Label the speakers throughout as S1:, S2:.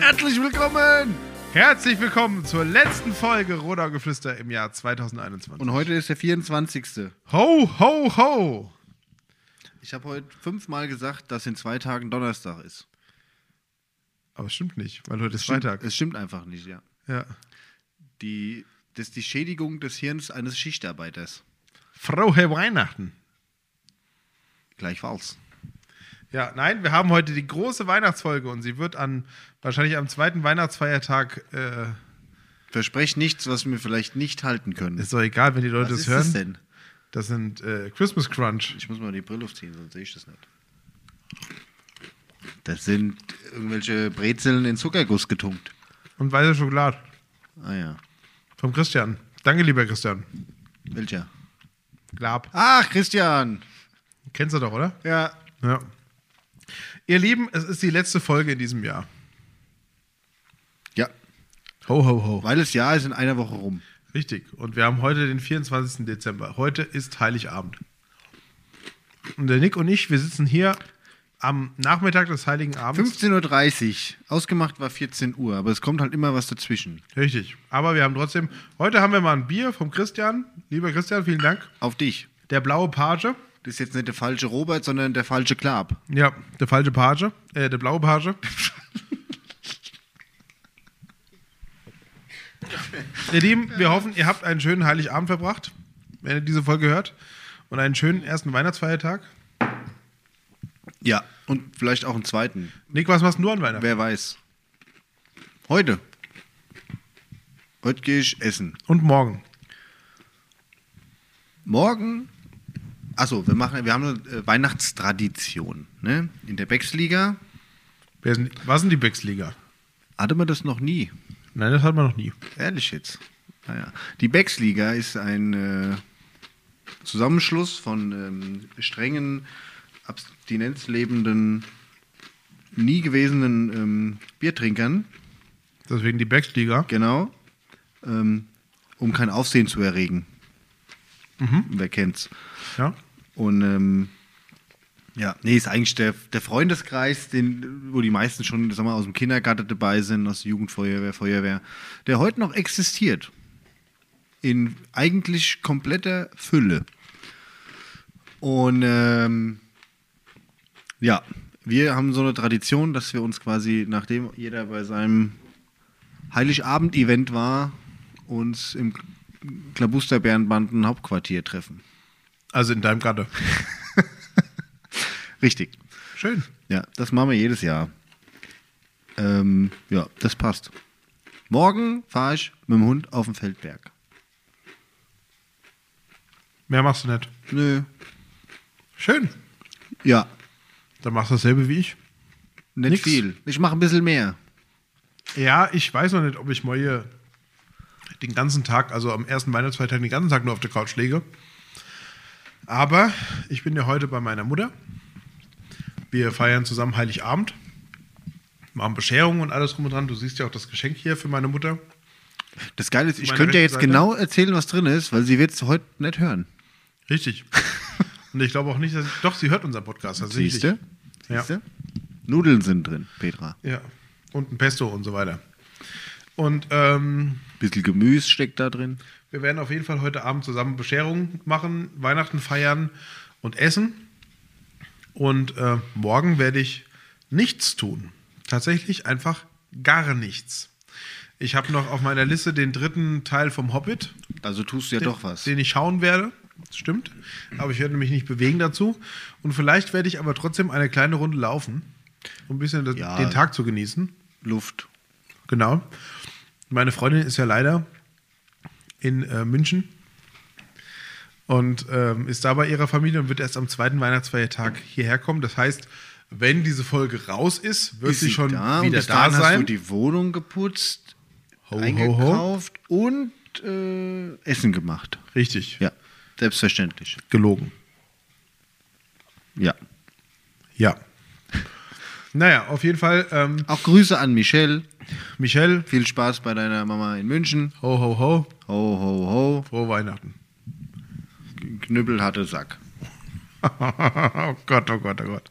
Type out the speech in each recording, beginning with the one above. S1: Herzlich willkommen! Herzlich willkommen zur letzten Folge Rodau-Geflüster im Jahr 2021.
S2: Und heute ist der 24.
S1: Ho, ho, ho!
S2: Ich habe heute fünfmal gesagt, dass in zwei Tagen Donnerstag ist.
S1: Aber es stimmt nicht, weil heute ist
S2: Stimmt-
S1: Freitag.
S2: Es stimmt einfach nicht, ja.
S1: Ja.
S2: Die, das ist die Schädigung des Hirns eines Schichtarbeiters.
S1: Frohe Weihnachten!
S2: Gleichfalls.
S1: Ja, nein, wir haben heute die große Weihnachtsfolge und sie wird an wahrscheinlich am zweiten Weihnachtsfeiertag. Äh,
S2: Versprech nichts, was wir vielleicht nicht halten können.
S1: ist doch egal, wenn die
S2: was
S1: Leute das
S2: ist
S1: hören.
S2: das denn?
S1: Das sind äh, Christmas Crunch.
S2: Ich muss mal die Brille aufziehen, sonst sehe ich das nicht. Das sind irgendwelche Brezeln in Zuckerguss getunkt.
S1: Und weiße Schokolade.
S2: Ah ja.
S1: Vom Christian. Danke, lieber Christian.
S2: Welcher?
S1: Glab.
S2: Ach, Christian!
S1: Kennst du doch, oder?
S2: Ja.
S1: Ja. Ihr Lieben, es ist die letzte Folge in diesem Jahr.
S2: Ja,
S1: Ho, ho, ho.
S2: weil das Jahr ist in einer Woche rum.
S1: Richtig. Und wir haben heute den 24. Dezember. Heute ist Heiligabend. Und der Nick und ich, wir sitzen hier am Nachmittag des Heiligen Abends.
S2: 15.30 Uhr. Ausgemacht war 14 Uhr, aber es kommt halt immer was dazwischen.
S1: Richtig. Aber wir haben trotzdem, heute haben wir mal ein Bier vom Christian. Lieber Christian, vielen Dank.
S2: Auf dich.
S1: Der blaue Page.
S2: Das ist jetzt nicht der falsche Robert, sondern der falsche Klab.
S1: Ja, der falsche Page. Äh, der blaue Page. ihr Lieben, wir hoffen, ihr habt einen schönen Heiligabend verbracht, wenn ihr diese Folge hört. Und einen schönen ersten Weihnachtsfeiertag.
S2: Ja. Und vielleicht auch einen zweiten.
S1: Nick, was machst du an Weihnachten?
S2: Wer weiß. Heute. Heute gehe ich essen.
S1: Und morgen.
S2: Morgen. Achso, wir, machen, wir haben eine äh, Weihnachtstradition. Ne? In der Becksliga
S1: Wer sind, was sind die Becks-Liga?
S2: hatte man das noch nie.
S1: Nein, das hat man noch nie.
S2: Ehrlich jetzt. Naja. Die Becksliga ist ein äh, Zusammenschluss von ähm, strengen, abstinenzlebenden, nie gewesenen ähm, Biertrinkern,
S1: Deswegen die Becks-Liga.
S2: genau, ähm, um kein Aufsehen zu erregen. Wer kennt's?
S1: Ja.
S2: Und ähm, ja, nee, ist eigentlich der, der Freundeskreis, den, wo die meisten schon sag mal, aus dem Kindergarten dabei sind, aus der Jugendfeuerwehr, Feuerwehr, der heute noch existiert. In eigentlich kompletter Fülle. Und ähm, ja, wir haben so eine Tradition, dass wir uns quasi, nachdem jeder bei seinem Heiligabend-Event war, uns im Klabusterbärenbanden Hauptquartier treffen.
S1: Also in deinem Gatte.
S2: Richtig.
S1: Schön.
S2: Ja, das machen wir jedes Jahr. Ähm, ja, das passt. Morgen fahre ich mit dem Hund auf den Feldberg.
S1: Mehr machst du nicht.
S2: Nö.
S1: Schön.
S2: Ja,
S1: Dann machst du dasselbe wie ich.
S2: nicht
S1: Nix.
S2: viel. Ich mache ein bisschen mehr.
S1: Ja, ich weiß noch nicht, ob ich mal hier den ganzen Tag, also am ersten Weihnachtsfeiertag, den ganzen Tag nur auf der Couch lege. Aber ich bin ja heute bei meiner Mutter. Wir feiern zusammen Heiligabend. Machen Bescherungen und alles drum und dran. Du siehst ja auch das Geschenk hier für meine Mutter.
S2: Das Geile ist, ich
S1: Meiner
S2: könnte dir
S1: rechten
S2: jetzt
S1: Seite?
S2: genau erzählen, was drin ist, weil sie wird es heute nicht hören.
S1: Richtig. und ich glaube auch nicht, dass. Doch, sie hört unseren Podcast. tatsächlich.
S2: Siehst du?
S1: Ja.
S2: Nudeln sind drin, Petra.
S1: Ja. Und ein Pesto und so weiter. Und ähm,
S2: Bisschen Gemüse steckt da drin.
S1: Wir werden auf jeden Fall heute Abend zusammen Bescherung machen, Weihnachten feiern und essen. Und äh, morgen werde ich nichts tun. Tatsächlich einfach gar nichts. Ich habe noch auf meiner Liste den dritten Teil vom Hobbit,
S2: Also tust du ja doch was.
S1: den ich schauen werde. Das stimmt. Aber ich werde mich nicht bewegen dazu. Und vielleicht werde ich aber trotzdem eine kleine Runde laufen, um ein bisschen das-
S2: Ja.
S1: den Tag zu genießen.
S2: Luft.
S1: Genau. Meine Freundin ist ja leider in äh, München und ähm, ist da bei ihrer Familie und wird erst am zweiten Weihnachtsfeiertag hierher kommen. Das heißt, wenn diese Folge raus ist, wird
S2: Ist
S1: sie schon
S2: da? Und
S1: wieder
S2: bis
S1: da
S2: dahin hast du
S1: sein.
S2: die Wohnung geputzt,
S1: Ho, ho, ho.
S2: eingekauft und äh, Essen gemacht.
S1: Richtig.
S2: Ja, selbstverständlich.
S1: Gelogen.
S2: Ja.
S1: Ja. Naja, auf jeden Fall, ähm,
S2: Auch Grüße an Michelle.
S1: Michelle,
S2: Viel Spaß bei deiner Mama in München.
S1: ho, ho, ho,
S2: Ho, ho, ho.
S1: frohe Weihnachten.
S2: Knüppel hatte Sack.
S1: oh Gott, oh Gott, oh Gott.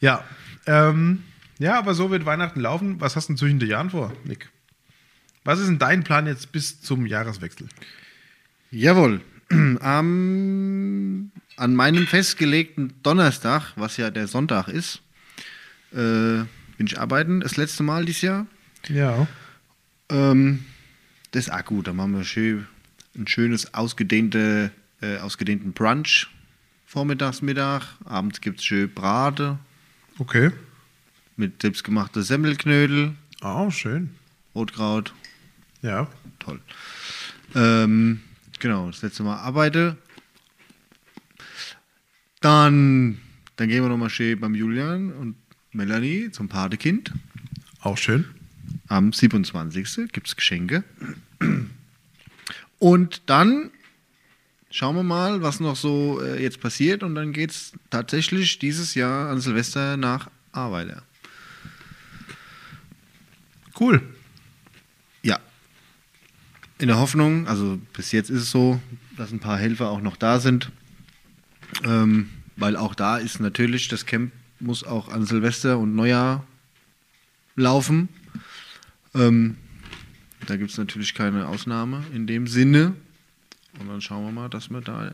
S1: Ja, ähm, Ja, aber so wird Weihnachten laufen. Was hast du denn zwischen den Jahren vor, Nick? Was ist denn dein Plan jetzt bis zum Jahreswechsel?
S2: Jawohl. Am, an meinem festgelegten Donnerstag, was ja der Sonntag ist, äh, bin ich arbeiten. Das letzte Mal dieses Jahr.
S1: Ja.
S2: Ähm, das ist auch gut. Da machen wir schön, ein schönes ausgedehnte, äh, ausgedehnten Brunch. Vormittags, Mittag. Abends gibt es schön Brate
S1: Okay.
S2: mit selbstgemachten Semmelknödel,
S1: Oh, schön.
S2: Rotkraut.
S1: Ja.
S2: Toll. Ähm, genau, das letzte Mal arbeite. Dann, dann gehen wir nochmal schön beim Julian und Melanie zum Patekind.
S1: Auch schön.
S2: Am 27. gibt es Geschenke. Und dann schauen wir mal, was noch so äh, jetzt passiert. Und dann geht es tatsächlich dieses Jahr an Silvester nach Arbeiter.
S1: Cool.
S2: Ja. In der Hoffnung, also bis jetzt ist es so, dass ein paar Helfer auch noch da sind. Ähm, weil auch da ist natürlich, das Camp muss auch an Silvester und Neujahr laufen. Ähm, da gibt es natürlich keine Ausnahme in dem Sinne. Und dann schauen wir mal, dass wir da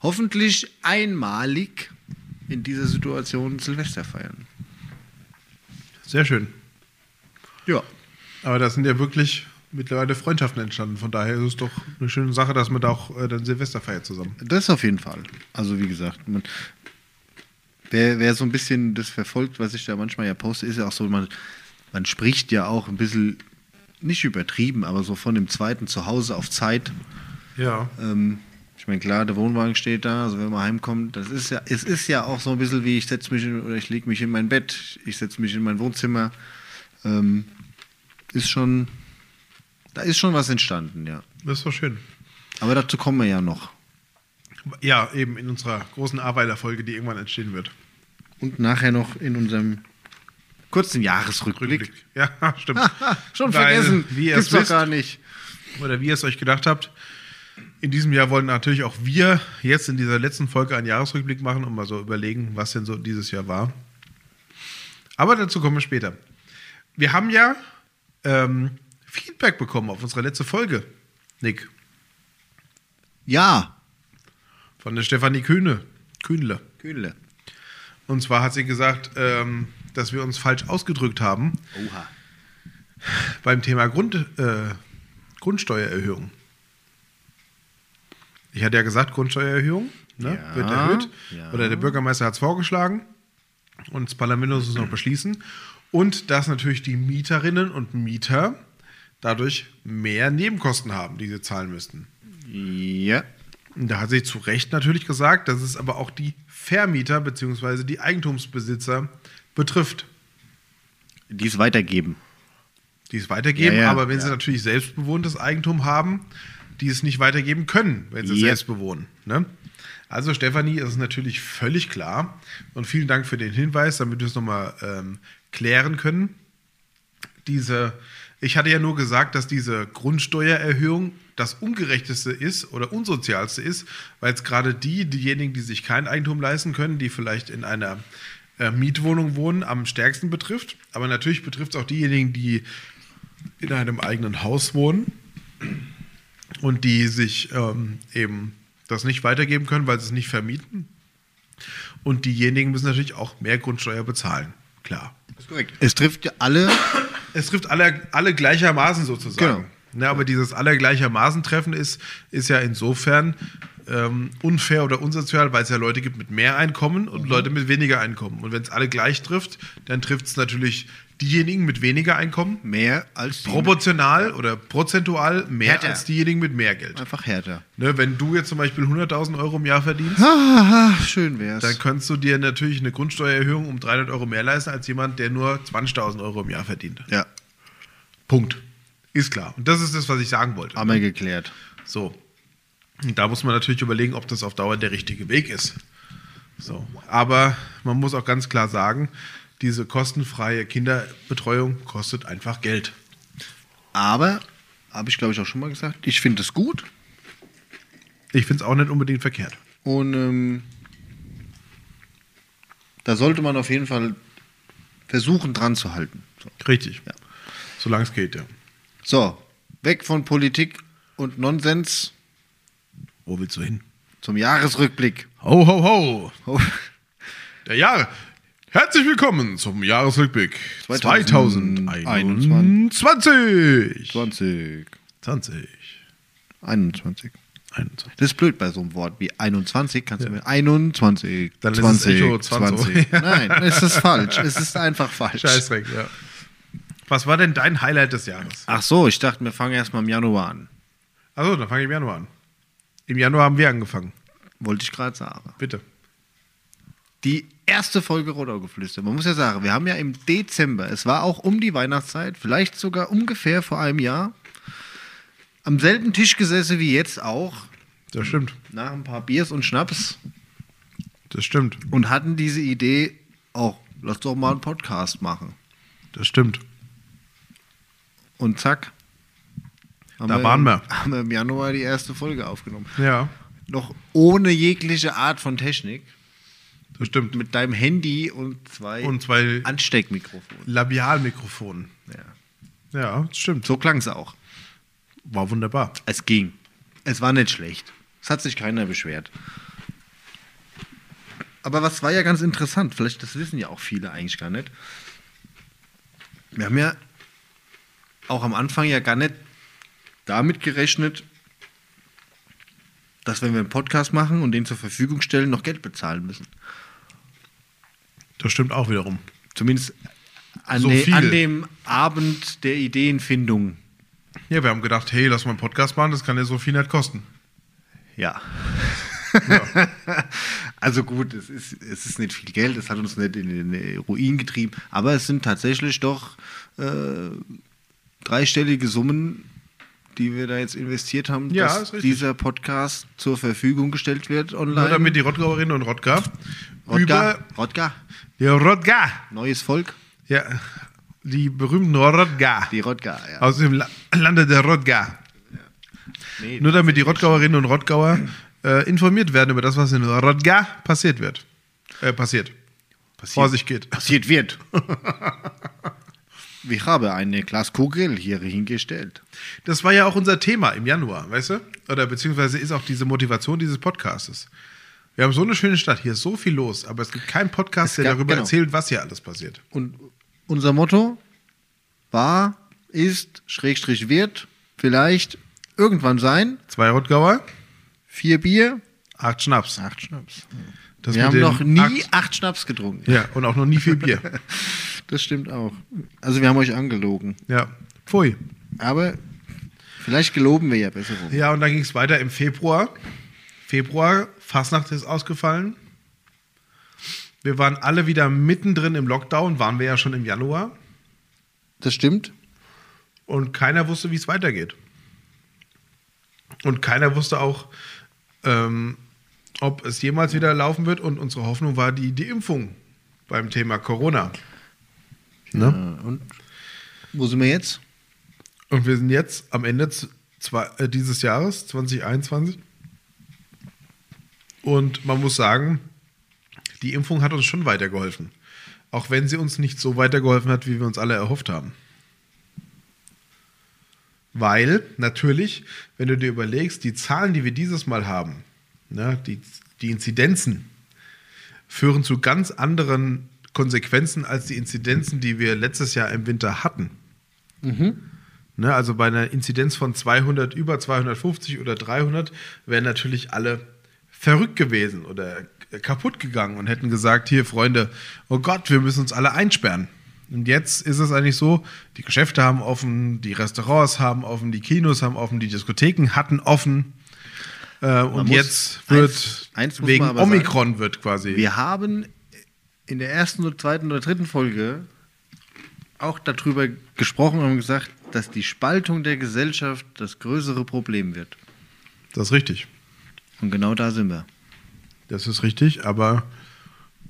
S2: hoffentlich einmalig in dieser Situation Silvester feiern.
S1: Sehr schön.
S2: Ja.
S1: Aber da sind ja wirklich mittlerweile Freundschaften entstanden. Von daher ist es doch eine schöne Sache, dass man da auch äh, dann Silvester feiert zusammen.
S2: Das auf jeden Fall. Also wie gesagt, man, wer, wer so ein bisschen das verfolgt, was ich da manchmal ja poste, ist ja auch so, man, man spricht ja auch ein bisschen, nicht übertrieben, aber so von dem zweiten Zuhause auf Zeit.
S1: Ja.
S2: Ähm, ich meine, klar, der Wohnwagen steht da, also wenn man heimkommt, das ist ja, es ist ja auch so ein bisschen wie, ich setze mich in, oder ich lege mich in mein Bett, ich setze mich in mein Wohnzimmer. Ähm, ist schon, da ist schon was entstanden, ja.
S1: Das ist doch schön.
S2: Aber dazu kommen wir ja noch.
S1: Ja, eben in unserer großen Arbeiterfolge, die irgendwann entstehen wird.
S2: Und nachher noch in unserem kurzen Jahresrückblick.
S1: Rückblick. Ja, stimmt.
S2: Schon
S1: Weil,
S2: vergessen.
S1: Wie ihr
S2: Gibt's
S1: es wisst,
S2: gar nicht.
S1: oder wie ihr es euch gedacht habt. In diesem Jahr wollen natürlich auch wir jetzt in dieser letzten Folge einen Jahresrückblick machen und mal so überlegen, was denn so dieses Jahr war. Aber dazu kommen wir später. Wir haben ja ähm, Feedback bekommen auf unsere letzte Folge, Nick,
S2: Ja.
S1: von der Stefanie Kühne, Kühnle.
S2: Kühle.
S1: Und zwar hat sie gesagt, ähm, dass wir uns falsch ausgedrückt haben
S2: Oha.
S1: beim Thema Grund, äh, Grundsteuererhöhung. Ich hatte ja gesagt, Grundsteuererhöhung ne,
S2: Ja,
S1: wird erhöht.
S2: ja.
S1: Oder der Bürgermeister hat es vorgeschlagen und das Parlament muss es noch beschließen. Und dass natürlich die Mieterinnen und Mieter dadurch mehr Nebenkosten haben, die sie zahlen müssten.
S2: Ja.
S1: Und Da hat sie zu Recht natürlich gesagt, dass es aber auch die Vermieter bzw. die Eigentumsbesitzer betrifft.
S2: Die es weitergeben.
S1: die es weitergeben,
S2: Ja, ja,
S1: aber wenn sie
S2: ja.
S1: natürlich selbstbewohntes Eigentum haben, die es nicht weitergeben können, wenn sie es
S2: Ja.
S1: selbst bewohnen. Ne? Also Stefanie, es ist natürlich völlig klar und vielen Dank für den Hinweis, damit wir es nochmal ähm, klären können. Diese, ich hatte ja nur gesagt, dass diese Grundsteuererhöhung das ungerechteste ist oder unsozialste ist, weil es gerade die, diejenigen, die sich kein Eigentum leisten können, die vielleicht in einer äh, Mietwohnung wohnen, am stärksten betrifft. Aber natürlich betrifft es auch diejenigen, die in einem eigenen Haus wohnen und die sich ähm, eben das nicht weitergeben können, weil sie es nicht vermieten. Und diejenigen müssen natürlich auch mehr Grundsteuer bezahlen. Klar.
S2: Ist korrekt. Es trifft ja alle.
S1: Es trifft alle, alle gleichermaßen sozusagen.
S2: Genau.
S1: Ne, aber dieses alle gleichermaßen Treffen ist, ist ja insofern ähm, unfair oder unsozial, weil es ja Leute gibt mit mehr Einkommen und Leute mit weniger Einkommen. Und wenn es alle gleich trifft, dann trifft es natürlich diejenigen mit weniger Einkommen
S2: Mehr als die.
S1: proportional oder prozentual mehr
S2: Härter.
S1: als diejenigen mit mehr Geld.
S2: Einfach härter.
S1: Ne, wenn du jetzt zum Beispiel 100.000 Euro im Jahr verdienst,
S2: Ah, schön wär's.
S1: dann könntest du dir natürlich eine Grundsteuererhöhung um 300 Euro mehr leisten als jemand, der nur 20.000 Euro im Jahr verdient.
S2: ja.
S1: Punkt. Ist klar. Und das ist das, was ich sagen wollte.
S2: Haben wir geklärt.
S1: So. Und da muss man natürlich überlegen, ob das auf Dauer der richtige Weg ist. So. Aber man muss auch ganz klar sagen, diese kostenfreie Kinderbetreuung kostet einfach Geld.
S2: Aber, habe ich glaube ich auch schon mal gesagt, ich finde es gut.
S1: Ich finde es auch nicht unbedingt verkehrt.
S2: Und ähm, da sollte man auf jeden Fall versuchen dran zu halten. So.
S1: Richtig.
S2: Ja.
S1: Solange es geht, ja.
S2: so, weg von Politik und Nonsens
S1: Wo willst du hin?
S2: zum Jahresrückblick.
S1: Ho, ho, ho!
S2: Oh,
S1: Der Jahre. Herzlich willkommen zum Jahresrückblick
S2: 2021.
S1: 2021.
S2: 20,
S1: 20.
S2: 21.
S1: 21.
S2: Das ist blöd bei so einem Wort wie 21, kannst du mir 21,
S1: Dann ist es
S2: 20,
S1: Echo 20.
S2: Nein, es ist falsch. Es ist einfach falsch.
S1: Scheißdreck, ja. Was war denn dein Highlight des Jahres?
S2: Ach so, ich dachte, wir fangen erstmal im Januar an.
S1: Achso, dann fange ich im Januar an. Im Januar haben wir angefangen.
S2: Wollte ich gerade sagen.
S1: Bitte.
S2: Die erste Folge Rodau-Geflüster. Man muss ja sagen, wir haben ja im Dezember, es war auch um die Weihnachtszeit, vielleicht sogar ungefähr vor einem Jahr, am selben Tisch gesessen wie jetzt auch,
S1: Das stimmt.
S2: nach ein paar Biers und Schnaps
S1: Das stimmt.
S2: und hatten diese Idee, auch, lass doch mal einen Podcast machen.
S1: Das stimmt.
S2: Und zack. haben
S1: Da waren wir.
S2: Haben wir im Januar die erste Folge aufgenommen.
S1: Ja,
S2: Noch ohne jegliche Art von Technik.
S1: das stimmt.
S2: Mit deinem Handy und zwei,
S1: Und zwei
S2: Ansteckmikrofonen.
S1: Labialmikrofonen.
S2: Ja.
S1: Ja, das stimmt.
S2: So klang es auch.
S1: War wunderbar.
S2: Es ging. Es war nicht schlecht. Es hat sich keiner beschwert. Aber was war ja ganz interessant, vielleicht das wissen ja auch viele eigentlich gar nicht. Wir haben ja auch am Anfang ja gar nicht damit gerechnet, dass wenn wir einen Podcast machen und den zur Verfügung stellen, noch Geld bezahlen müssen.
S1: Das stimmt auch wiederum.
S2: Zumindest an,
S1: So
S2: de
S1: viel.
S2: an dem Abend der Ideenfindung.
S1: Ja, wir haben gedacht, hey, lass mal einen Podcast machen, das kann ja so viel nicht kosten.
S2: Ja. also gut, es ist, es ist nicht viel Geld, es hat uns nicht in den Ruin getrieben, aber es sind tatsächlich doch äh, dreistellige Summen, die wir da jetzt investiert haben,
S1: Ja,
S2: dass
S1: ist richtig.
S2: dieser Podcast zur Verfügung gestellt wird online.
S1: Nur damit die Rottgauerinnen und Rottgar
S2: Rodka,
S1: über
S2: Rodka,
S1: die Rottgar,
S2: neues Volk,
S1: ja, die berühmten Rottgar
S2: die Rodka, ja.
S1: aus dem La Lande der Rottgar.
S2: Nee,
S1: Nur damit die Rottgauerinnen und Rottgauer äh, informiert werden über das, was in Rottgar passiert wird. Äh, passiert.
S2: passiert-
S1: Vorsicht geht.
S2: Passiert wird. Ich habe eine Glas Kugel hier hingestellt.
S1: Das war ja auch unser Thema im Januar, weißt du? Oder beziehungsweise ist auch diese Motivation dieses Podcastes. Wir haben so eine schöne Stadt, hier ist so viel los, aber es gibt keinen Podcast,
S2: Es
S1: der
S2: gab-
S1: darüber
S2: genau.
S1: erzählt, was hier alles passiert.
S2: Und unser Motto war, ist, Schrägstrich wird, vielleicht irgendwann sein,
S1: Zwei Rottgauer,
S2: vier Bier,
S1: acht Schnaps.
S2: acht Schnaps.
S1: Das
S2: Wir
S1: mit
S2: haben
S1: dem
S2: noch nie
S1: Acht-
S2: acht, Schnaps getrunken.
S1: ja, und auch noch nie viel Bier.
S2: Das stimmt auch. Also wir haben euch angelogen.
S1: ja, pfui.
S2: Aber vielleicht geloben wir ja Besserung.
S1: Ja, und dann ging es weiter im Februar. Februar, Fastnacht ist ausgefallen. Wir waren alle wieder mittendrin im Lockdown, waren wir ja schon im Januar.
S2: Das stimmt.
S1: Und keiner wusste, wie es weitergeht. Und keiner wusste auch, ähm, ob es jemals wieder laufen wird. Und unsere Hoffnung war die, die Impfung beim Thema Corona. Ne?
S2: Ja, Äh, und wo sind wir jetzt?
S1: Und wir sind jetzt am Ende z- zwei, äh, dieses Jahres, 2021. Und man muss sagen, die Impfung hat uns schon weitergeholfen. Auch wenn sie uns nicht so weitergeholfen hat, wie wir uns alle erhofft haben. Weil natürlich, wenn du dir überlegst, die Zahlen, die wir dieses Mal haben, ne, die, die Inzidenzen, führen zu ganz anderen Konsequenzen als die Inzidenzen, die wir letztes Jahr im Winter hatten.
S2: Mhm.
S1: Ne, also bei einer Inzidenz von 200, über 250 oder 300 wären natürlich alle verrückt gewesen oder k- kaputt gegangen und hätten gesagt, hier Freunde, oh Gott, wir müssen uns alle einsperren. Und jetzt ist es eigentlich so, die Geschäfte haben offen, die Restaurants haben offen, die Kinos haben offen, die Diskotheken hatten offen. Äh, und
S2: muss-
S1: jetzt wird
S2: eins- eins muss
S1: wegen
S2: man aber sagen.
S1: Omikron wird quasi.
S2: Wir haben in der ersten oder zweiten oder dritten Folge auch darüber gesprochen und haben gesagt, dass die Spaltung der Gesellschaft das größere Problem wird.
S1: Das ist richtig.
S2: Und genau da sind wir.
S1: Das ist richtig, aber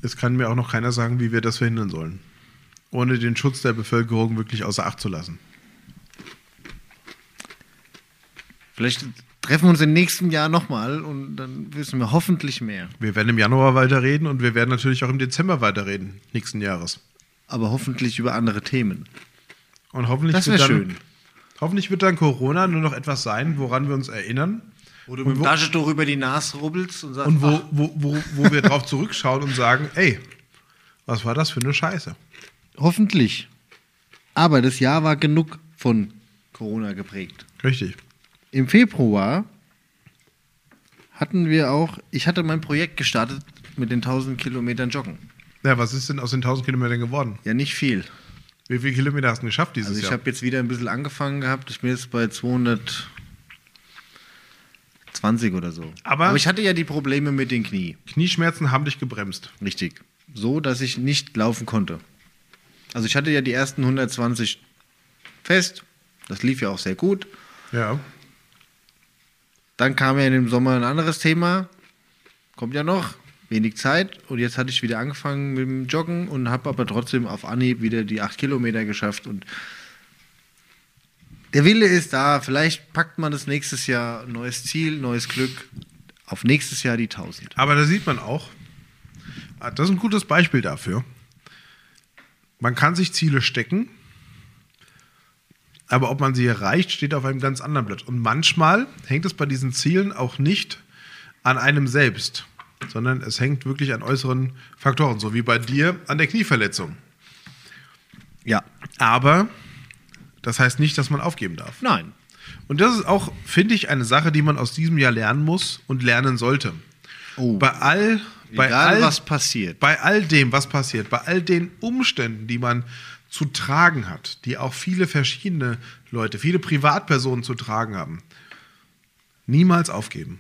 S1: es kann mir auch noch keiner sagen, wie wir das verhindern sollen. Ohne den Schutz der Bevölkerung wirklich außer Acht zu lassen.
S2: Vielleicht treffen wir uns im nächsten Jahr nochmal und dann wissen wir hoffentlich mehr.
S1: Wir werden im Januar weiterreden und wir werden natürlich auch im Dezember weiterreden, nächsten Jahres.
S2: aber hoffentlich über andere Themen.
S1: Und hoffentlich
S2: Das
S1: wird
S2: wär
S1: dann,
S2: schön.
S1: Hoffentlich wird dann Corona nur noch etwas sein, woran wir uns erinnern.
S2: Wo du mit dem Taschentuch über die Nase rubbelst und sagst,
S1: Und wo,
S2: ach,
S1: wo, wo, wo wir drauf zurückschauen und sagen, ey, was war das für eine Scheiße?
S2: hoffentlich. Aber das Jahr war genug von Corona geprägt.
S1: Richtig.
S2: Im Februar hatten wir auch, ich hatte mein Projekt gestartet mit den 1000 Kilometern Joggen.
S1: Ja, was ist denn aus den 1000 Kilometern geworden?
S2: Ja, nicht viel.
S1: Wie viele Kilometer hast du geschafft dieses
S2: Also ich
S1: Jahr?
S2: habe jetzt wieder ein bisschen angefangen gehabt. Ich bin jetzt bei 220 oder so.
S1: Aber-
S2: Aber ich hatte ja die Probleme mit den Knie.
S1: Knieschmerzen haben dich gebremst.
S2: Richtig. So, dass ich nicht laufen konnte. Also ich hatte ja die ersten 120 fest. Das lief ja auch sehr gut.
S1: Ja.
S2: Dann kam ja in dem Sommer ein anderes Thema. Kommt ja noch. Wenig Zeit. Und jetzt hatte ich wieder angefangen mit dem Joggen und habe aber trotzdem auf Anhieb wieder die 8 Kilometer geschafft. Und der Wille ist da. Vielleicht packt man das nächstes Jahr. Neues Ziel, neues Glück. Auf nächstes Jahr die 1000.
S1: Aber da sieht man auch, ah, das ist ein gutes Beispiel dafür. Man kann sich Ziele stecken, aber ob man sie erreicht, steht auf einem ganz anderen Blatt. Und manchmal hängt es bei diesen Zielen auch nicht an einem selbst, sondern es hängt wirklich an äußeren Faktoren, so wie bei dir an der Knieverletzung.
S2: Ja.
S1: Aber das heißt nicht, dass man aufgeben darf.
S2: Nein.
S1: Und das ist auch, finde ich, eine Sache, die man aus diesem Jahr lernen muss und lernen sollte.
S2: Oh.
S1: Bei all, bei
S2: Egal,
S1: all,
S2: was passiert.
S1: bei all dem, was passiert, bei all den Umständen, die man zu tragen hat, die auch viele verschiedene Leute, viele Privatpersonen zu tragen haben, niemals aufgeben.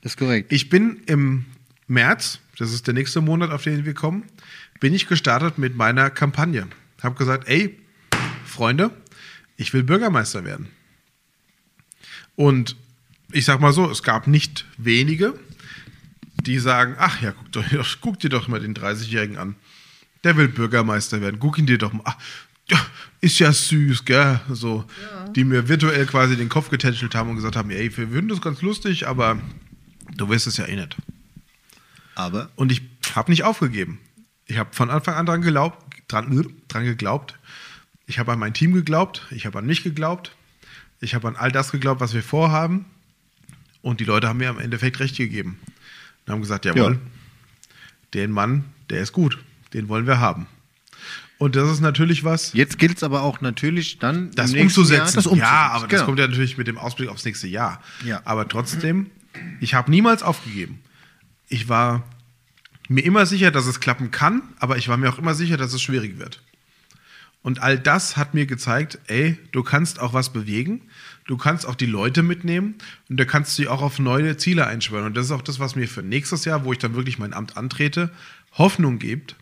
S2: Ist korrekt.
S1: Ich bin im März, das ist der nächste Monat, auf den wir kommen, bin ich gestartet mit meiner Kampagne. Hab gesagt, ey, Freunde, ich will Bürgermeister werden. Und ich sag mal so, es gab nicht wenige, die sagen, ach ja, guck, doch, guck dir doch mal den 30-Jährigen an. Der will Bürgermeister werden. Guck ihn dir doch mal. Ah, ja, ist ja süß, gell? So, die mir virtuell quasi den Kopf getätschelt haben und gesagt haben, ey, wir würden das ganz lustig, aber du wirst es ja eh nicht.
S2: Aber
S1: Und ich habe nicht aufgegeben. Ich habe von Anfang an dran geglaubt, dran, dran geglaubt. Ich habe an mein Team geglaubt, ich habe an mich geglaubt, ich habe an all das geglaubt, was wir vorhaben. Und die Leute haben mir im Endeffekt recht gegeben. Und haben gesagt, jawohl,
S2: Ja.
S1: den Mann, der ist gut, den wollen wir haben. Und das ist natürlich was,
S2: jetzt gilt es aber auch natürlich dann
S1: das
S2: im nächsten
S1: umzusetzen.
S2: Jahr das umzusetzen.
S1: Ja, aber das
S2: Genau.
S1: kommt ja natürlich mit dem Ausblick aufs nächste Jahr.
S2: Ja.
S1: Aber trotzdem, ich habe niemals aufgegeben. Ich war mir immer sicher, dass es klappen kann, aber ich war mir auch immer sicher, dass es schwierig wird. Und all das hat mir gezeigt, ey, du kannst auch was bewegen, du kannst auch die Leute mitnehmen und da kannst du dich auch auf neue Ziele einschwören. Und das ist auch das, was mir für nächstes Jahr, wo ich dann wirklich mein Amt antrete, Hoffnung gibt,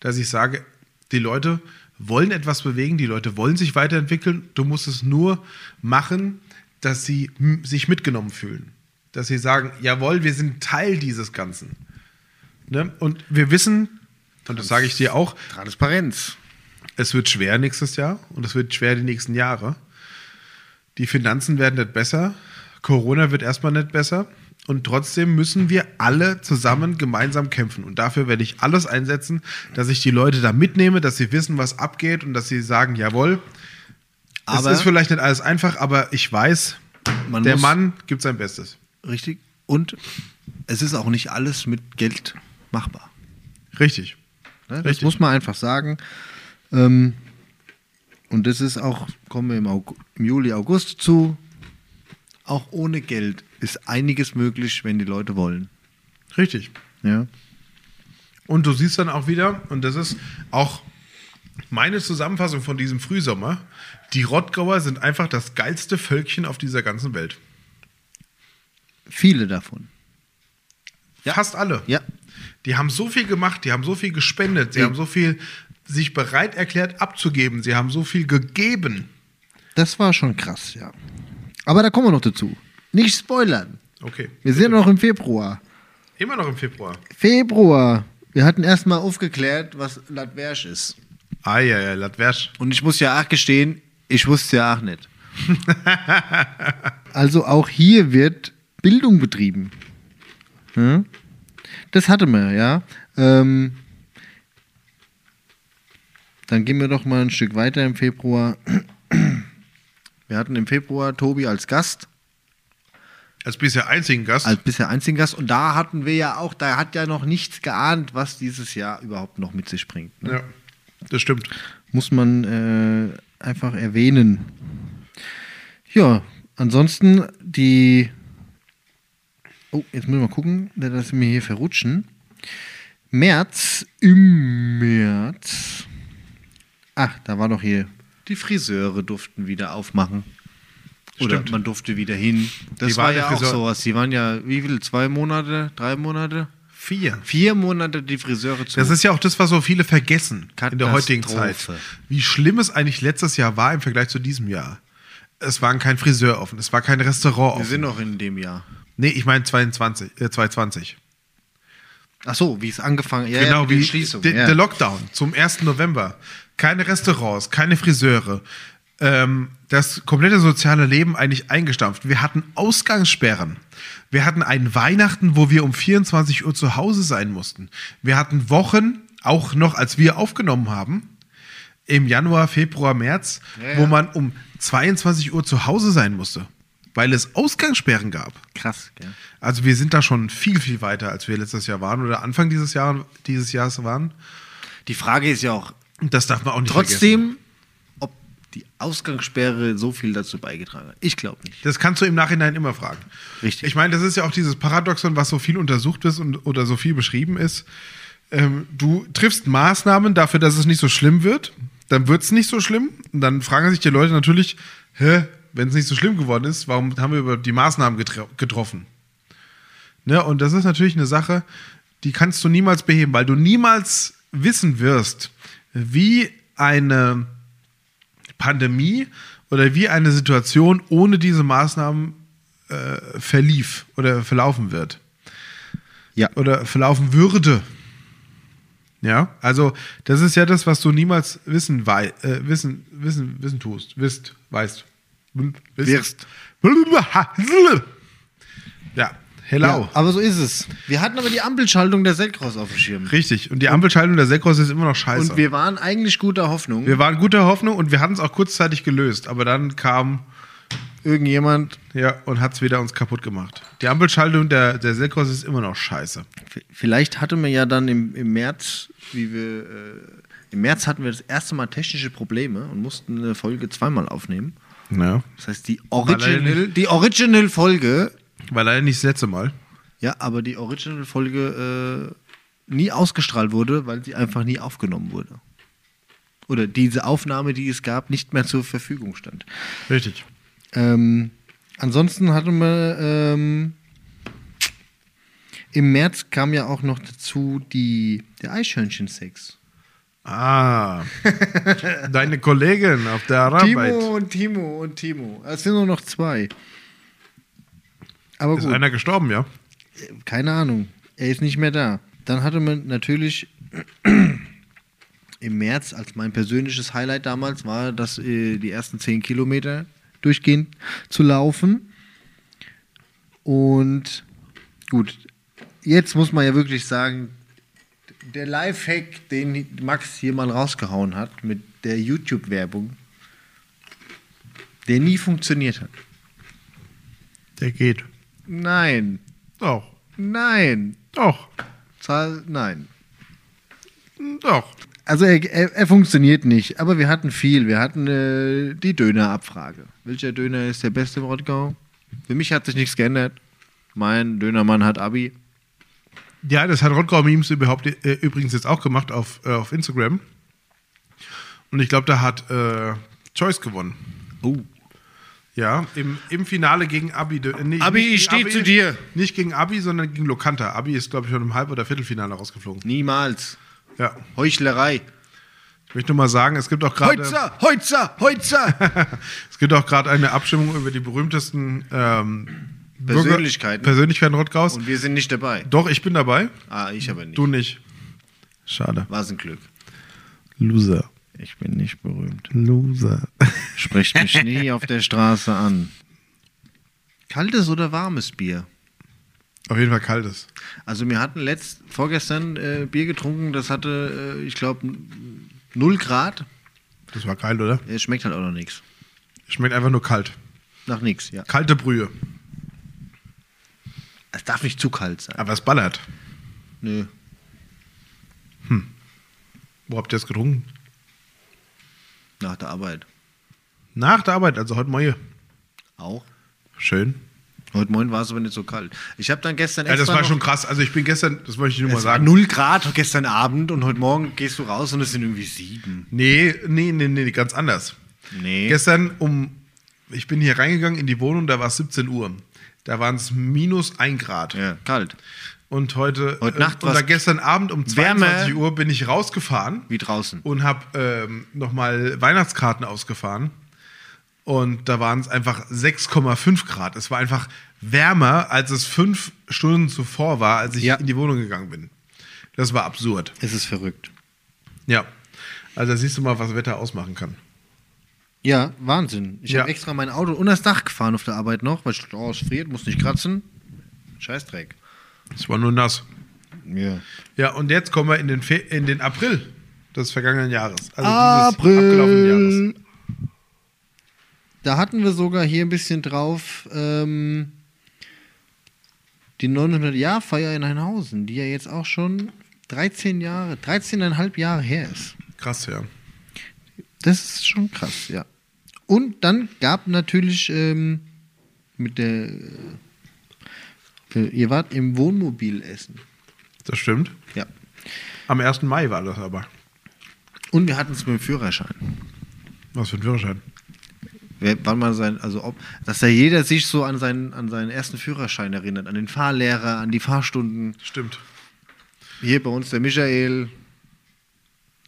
S1: dass ich sage, die Leute wollen etwas bewegen, die Leute wollen sich weiterentwickeln. Du musst es nur machen, dass sie hm, sich mitgenommen fühlen. Dass sie sagen, jawohl, wir sind Teil dieses Ganzen. Ne? Und wir wissen, und das sage ich dir auch,
S2: Transparenz.
S1: es wird schwer nächstes Jahr und es wird schwer die nächsten Jahre. Die Finanzen werden nicht besser, Corona wird erstmal nicht besser und trotzdem müssen wir alle zusammen gemeinsam kämpfen. Und dafür werde ich alles einsetzen, dass ich die Leute da mitnehme, dass sie wissen, was abgeht und dass sie sagen, jawohl,
S2: Aber-
S1: es ist vielleicht nicht alles einfach, aber ich weiß,
S2: Man
S1: der
S2: muss-
S1: Mann gibt sein Bestes.
S2: Richtig. Und es ist auch nicht alles mit Geld machbar.
S1: Richtig.
S2: Ne? Das
S1: Richtig.
S2: muss man einfach sagen. Ähm, und das ist auch, kommen wir im, Augu- im Juli, August zu, auch ohne Geld ist einiges möglich, wenn die Leute wollen.
S1: Richtig.
S2: Ja.
S1: Und du siehst dann auch wieder, und das ist auch meine Zusammenfassung von diesem Frühsommer, die Rottgauer sind einfach das geilste Völkchen auf dieser ganzen Welt.
S2: Viele davon. Ja.
S1: Fast alle.
S2: Ja.
S1: Die haben so viel gemacht, die haben so viel gespendet, sie
S2: Ja.
S1: haben so viel sich bereit erklärt abzugeben, sie haben so viel gegeben.
S2: Das war schon krass, ja. Aber da kommen wir noch dazu. Nicht spoilern.
S1: Okay,
S2: Wir sind noch im Februar.
S1: immer noch im Februar.
S2: Februar. Wir hatten erstmal aufgeklärt, was Latwersch ist.
S1: Ah ja, ja, Latwersch.
S2: Und ich muss ja auch gestehen, ich wusste ja auch nicht. also auch hier wird Bildung betrieben. Hm? Das hatte man, ja. Ähm, Dann gehen wir doch mal ein Stück weiter im Februar. Wir hatten im Februar Tobi als Gast,
S1: Als bisher einzigen Gast.
S2: als bisher einzigen Gast. Und da hatten wir ja auch, da hat ja noch nichts geahnt, was dieses Jahr überhaupt noch mit sich bringt. Ne?
S1: ja, das stimmt.
S2: Muss man äh, einfach erwähnen. Ja, ansonsten die. Oh, jetzt müssen wir mal gucken, dass wir hier verrutschen. März, im März. Ach, da war doch hier. Die Friseure durften wieder aufmachen. Oder
S1: Stimmt.
S2: man durfte wieder hin. Das
S1: Die
S2: war
S1: waren
S2: ja
S1: ja
S2: auch
S1: Friseur-
S2: sowas. Die waren ja, wie viel? Zwei Monate? Drei Monate?
S1: Vier.
S2: Vier Monate die Friseure zu.
S1: Das ist ja auch das, was so viele vergessen in der
S2: Katastrophe.
S1: heutigen Zeit. Wie schlimm es eigentlich letztes Jahr war im Vergleich zu diesem Jahr. Es waren kein Friseur offen, es war kein Restaurant
S2: wir
S1: offen.
S2: sind noch in dem Jahr.
S1: nee, ich meine 22, äh, 2020.
S2: Ach so, wie es angefangen ja, ja,
S1: genau
S2: mit
S1: wie
S2: der Schließung.
S1: der,
S2: ja.
S1: der Lockdown zum 1. November. Keine Restaurants, keine Friseure. Ähm, das komplette soziale Leben eigentlich eingestampft. Wir hatten Ausgangssperren. Wir hatten einen Weihnachten, wo wir um 24 Uhr zu Hause sein mussten. Wir hatten Wochen, auch noch als wir aufgenommen haben, im Januar, Februar, März,
S2: Ja, ja.
S1: wo man um 22 Uhr zu Hause sein musste, weil es Ausgangssperren gab.
S2: Krass, gell?
S1: Also wir sind da schon viel, viel weiter, als wir letztes Jahr waren oder Anfang dieses, Jahr, dieses Jahres waren.
S2: Die Frage ist ja auch
S1: Und Das darf man auch nicht vergessen.
S2: trotzdem, ob die Ausgangssperre so viel dazu beigetragen hat. Ich glaube nicht.
S1: Das kannst du im Nachhinein immer fragen.
S2: Richtig.
S1: Ich meine, das ist ja auch dieses Paradoxon, was so viel untersucht ist und, oder so viel beschrieben ist. Ähm, du triffst Maßnahmen dafür, dass es nicht so schlimm wird. Dann wird es nicht so schlimm. Und dann fragen sich die Leute natürlich, hä, wenn es nicht so schlimm geworden ist, warum haben wir über die Maßnahmen getre getroffen? Ne? Und das ist natürlich eine Sache, die kannst du niemals beheben, weil du niemals wissen wirst, wie eine Pandemie oder wie eine Situation ohne diese Maßnahmen äh, verlief oder verlaufen wird.
S2: Ja.
S1: Oder verlaufen würde. Ja, also das ist ja das, was du niemals wissen, wei äh, wissen, wissen, wissen tust, wisst, weißt.
S2: Wirst.
S1: Ja, hello.
S2: Ja, aber so ist es. Wir hatten aber die Ampelschaltung der Seltcross auf dem Schirm.
S1: Richtig. Und die Ampelschaltung der Sekros ist immer noch scheiße.
S2: Und wir waren eigentlich guter Hoffnung.
S1: wir waren guter Hoffnung und wir hatten es auch kurzzeitig gelöst, aber dann kam
S2: Irgendjemand,
S1: Ja, und hat's wieder uns kaputt gemacht. Die Ampelschaltung der, der Selkos ist immer noch scheiße.
S2: v- vielleicht hatte man ja dann im, im März, wie wir, äh, im März hatten wir das erste Mal technische Probleme und mussten eine Folge zweimal aufnehmen.
S1: Ja.
S2: Das heißt, die
S1: Weil er
S2: Original, die Original Folge
S1: War leider nicht das letzte Mal.
S2: Ja, aber die Original-Folge äh, nie ausgestrahlt wurde, weil sie einfach nie aufgenommen wurde. Oder diese Aufnahme, die es gab, nicht mehr zur Verfügung stand.
S1: Richtig.
S2: Ähm, ansonsten hatten wir ähm, im März kam ja auch noch dazu die, der Eichhörnchen-Sex.
S1: Ah. Deine Kollegin auf der Arbeit.
S2: Timo und Timo und Timo. Es sind nur noch zwei. Aber
S1: Ist
S2: gut.
S1: einer gestorben, ja?
S2: keine Ahnung, er ist nicht mehr da. Dann hatte man natürlich im März, als mein persönliches Highlight damals war, dass äh, die ersten 10 Kilometer durchgehend zu laufen. Und gut, jetzt muss man ja wirklich sagen, der Lifehack, den Max hier mal rausgehauen hat mit der YouTube-Werbung, der nie funktioniert hat.
S1: Der geht.
S2: Nein,
S1: Doch.
S2: nein,
S1: Doch.
S2: Zahl, nein.
S1: Doch.
S2: Also er, er, er funktioniert nicht, aber wir hatten viel. Wir hatten äh, die Dönerabfrage. Welcher Döner ist der beste im Rottgau? Für mich hat sich nichts geändert. Mein Dönermann hat Abi.
S1: Ja, das hat Rottgau Memes überhaupt äh, übrigens jetzt auch gemacht auf, äh, auf Instagram. Und ich glaube, da hat äh, Choice gewonnen.
S2: Oh.
S1: Ja, im, im Finale gegen Abi. de- äh, nee,
S2: Abi,
S1: nicht
S2: ich
S1: gegen
S2: steh zu dir.
S1: Nicht gegen Abi, sondern gegen Lokanta. Abi ist, glaube ich, schon im Halb- oder Viertelfinale rausgeflogen.
S2: Niemals.
S1: Ja,
S2: Heuchlerei.
S1: ich möchte nur mal sagen, es gibt auch gerade
S2: Heutzer, Heutzer, Heutzer.
S1: es gibt auch gerade eine Abstimmung über die berühmtesten ähm, Bürger-
S2: Persönlichkeiten.
S1: Persönlichkeiten Rottgaus.
S2: Und wir sind nicht dabei.
S1: Doch, ich bin dabei,
S2: Ah, ich aber nicht.
S1: du nicht. Schade.
S2: War's ein Glück.
S1: Loser.
S2: Ich bin nicht berühmt.
S1: Loser.
S2: Sprecht mich nie auf der Straße an. Kaltes oder warmes Bier?
S1: Auf jeden Fall kaltes.
S2: Also wir hatten letzt vorgestern äh, Bier getrunken, das hatte, äh, ich glaube, Null Grad.
S1: Das war geil, oder?
S2: Es schmeckt halt auch noch nichts.
S1: Schmeckt einfach nur kalt.
S2: Nach nichts, ja.
S1: Kalte Brühe.
S2: Es darf nicht zu kalt sein.
S1: Aber es ballert.
S2: Nö.
S1: Wo habt ihr es getrunken?
S2: Nach der Arbeit.
S1: Nach der Arbeit, also heute Morgen.
S2: Auch.
S1: Schön.
S2: Heute Morgen war es aber nicht so kalt. Ich habe dann gestern
S1: Ja, das
S2: extra
S1: war
S2: noch-
S1: schon krass. Also ich bin gestern, das wollte ich nur mal
S2: es war
S1: sagen.
S2: 0 Grad gestern Abend und heute Morgen gehst du raus und es sind irgendwie 7.
S1: Nee, nee, nee, nee, ganz anders.
S2: Nee.
S1: Gestern um, ich bin hier reingegangen in die Wohnung, da war es 17 Uhr. Da waren es minus 1 Grad.
S2: Ja, kalt.
S1: Und heute,
S2: Heute Nacht
S1: und da
S2: war's-
S1: gestern Abend um
S2: Wärme.
S1: 22 Uhr bin ich rausgefahren
S2: Wie draußen.
S1: und habe ähm, nochmal Weihnachtskarten ausgefahren. Und da waren es einfach 6,5 Grad. Es war einfach wärmer, als es fünf Stunden zuvor war, als ich
S2: Ja.
S1: in die Wohnung gegangen bin. Das war absurd.
S2: Es ist verrückt.
S1: Ja. Also da siehst du mal, was Wetter ausmachen kann.
S2: Ja, Wahnsinn. Ich
S1: Ja.
S2: habe extra mein Auto unter das Dach gefahren auf der Arbeit noch, weil ich dachte, oh, es friert, muss nicht kratzen. Scheißdreck.
S1: Es war nur nass.
S2: Ja.
S1: Ja, und jetzt kommen wir in den, Fe in den April des vergangenen Jahres. Also dieses abgelaufenen Jahres.
S2: April. Da hatten wir sogar hier ein bisschen drauf ähm, die 900-Jahr-Feier in Heinhausen, die ja jetzt auch schon 13 Jahre, 13,5 Jahre her ist.
S1: Krass, ja.
S2: Das ist schon krass, ja. Und dann gab natürlich ähm, mit der. Äh, ihr wart im Wohnmobil essen.
S1: Das stimmt.
S2: Ja.
S1: Am 1. Mai war das aber.
S2: Und wir hatten es mit dem Führerschein.
S1: Was für ein Führerschein.
S2: Wer, wann man sein, also ob, dass da jeder sich so an seinen, an seinen ersten Führerschein erinnert, an den Fahrlehrer, an die Fahrstunden.
S1: Stimmt.
S2: Hier bei uns der Michael,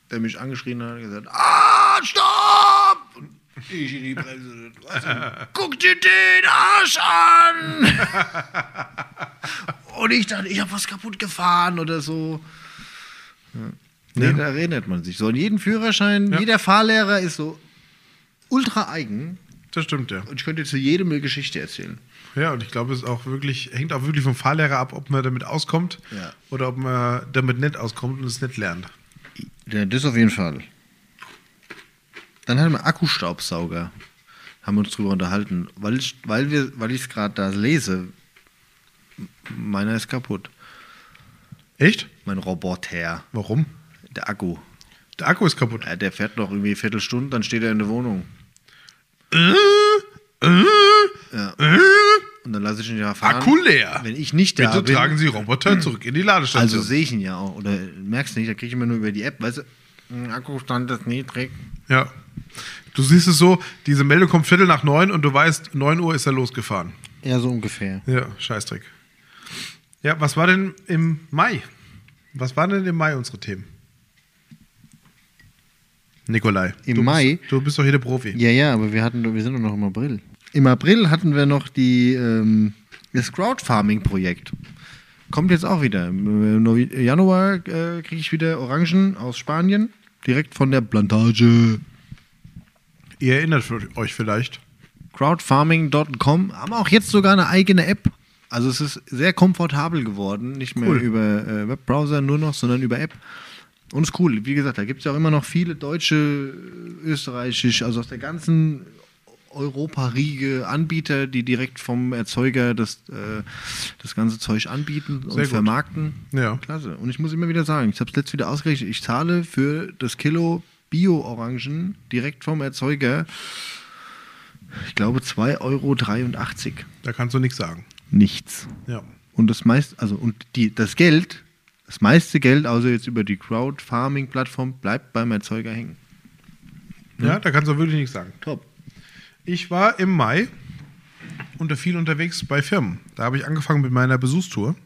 S2: der mich angeschrien hat und gesagt, ah, stopp! Und ich in die Bremse. Was denn? Guck dir den Arsch an! und ich dachte, ich habe was kaputt gefahren oder so. Ja. Nee,
S1: Ja.
S2: da erinnert man sich so. An jeden Führerschein,
S1: Ja.
S2: jeder Fahrlehrer ist so ultra eigen.
S1: Das stimmt, ja.
S2: Und ich könnte zu jedem eine Geschichte erzählen.
S1: Ja, und ich glaube, es ist auch wirklich, hängt auch wirklich vom Fahrlehrer ab, ob man damit auskommt
S2: Ja.
S1: oder ob man damit nicht auskommt und es nicht lernt.
S2: Ja, das auf jeden Fall. Dann hatten wir Akkustaubsauger. Haben wir uns drüber unterhalten. Weil ich es weil wir- weil ich's gerade da lese, m- meiner ist kaputt.
S1: Echt?
S2: Mein Roboter,
S1: Warum?
S2: der Akku.
S1: Der Akku ist kaputt.
S2: Ja, der fährt noch irgendwie Viertelstunde, dann steht er in der Wohnung.
S1: Äh?
S2: Ja. Und dann lasse ich ihn ja fahren.
S1: Akku leer.
S2: Wenn ich nicht da
S1: Bitte
S2: bin. Hm.
S1: tragen Sie Roboter zurück in die Ladestation.
S2: also sehe ich ihn ja auch. Oder merkst du nicht, da kriege ich immer nur über die App, weißt du, hm, Akkustand ist niedrig.
S1: ja. Du siehst es so, diese Meldung kommt Viertel nach neun und du weißt, neun Uhr ist er losgefahren.
S2: Ja, so ungefähr.
S1: Ja, Scheißdreck. Ja, was war denn im Mai? Was waren denn im Mai unsere Themen? Nikolai.
S2: Im
S1: du
S2: Mai?
S1: Bist, du bist doch hier der Profi.
S2: Ja, ja, aber wir hatten, wir sind doch noch im April. Im April hatten wir noch die, ähm, das Crowdfarming-Projekt. Kommt jetzt auch wieder. Im Novi- Januar äh, kriege ich wieder Orangen aus Spanien, direkt von der Plantage.
S1: Ihr erinnert euch vielleicht.
S2: Crowdfarming.com haben auch jetzt sogar eine eigene App. Also es ist sehr komfortabel geworden, nicht mehr
S1: Cool.
S2: über äh, Webbrowser nur noch, sondern über App. Und ist cool. Wie gesagt, da gibt es ja auch immer noch viele deutsche, äh, österreichische, also aus der ganzen Europa-Riege Anbieter, die direkt vom Erzeuger das, äh, das ganze Zeug anbieten und
S1: gut.
S2: vermarkten.
S1: Ja.
S2: Oh, Klasse. Und ich muss immer wieder sagen, ich habe es letztes wieder ausgerechnet, ich zahle für das Kilo Bio-Orangen direkt vom Erzeuger ich glaube 2,83 Euro.
S1: Da kannst du nichts sagen.
S2: Nichts.
S1: Ja.
S2: Und das meiste, also und die, das Geld, das meiste Geld, außer jetzt über die Crowdfarming-Plattform, bleibt beim Erzeuger hängen. Hm?
S1: Ja, da kannst du wirklich nichts sagen.
S2: Top.
S1: Ich war im Mai unter viel unterwegs bei Firmen. Da habe ich angefangen mit meiner Besuchstour.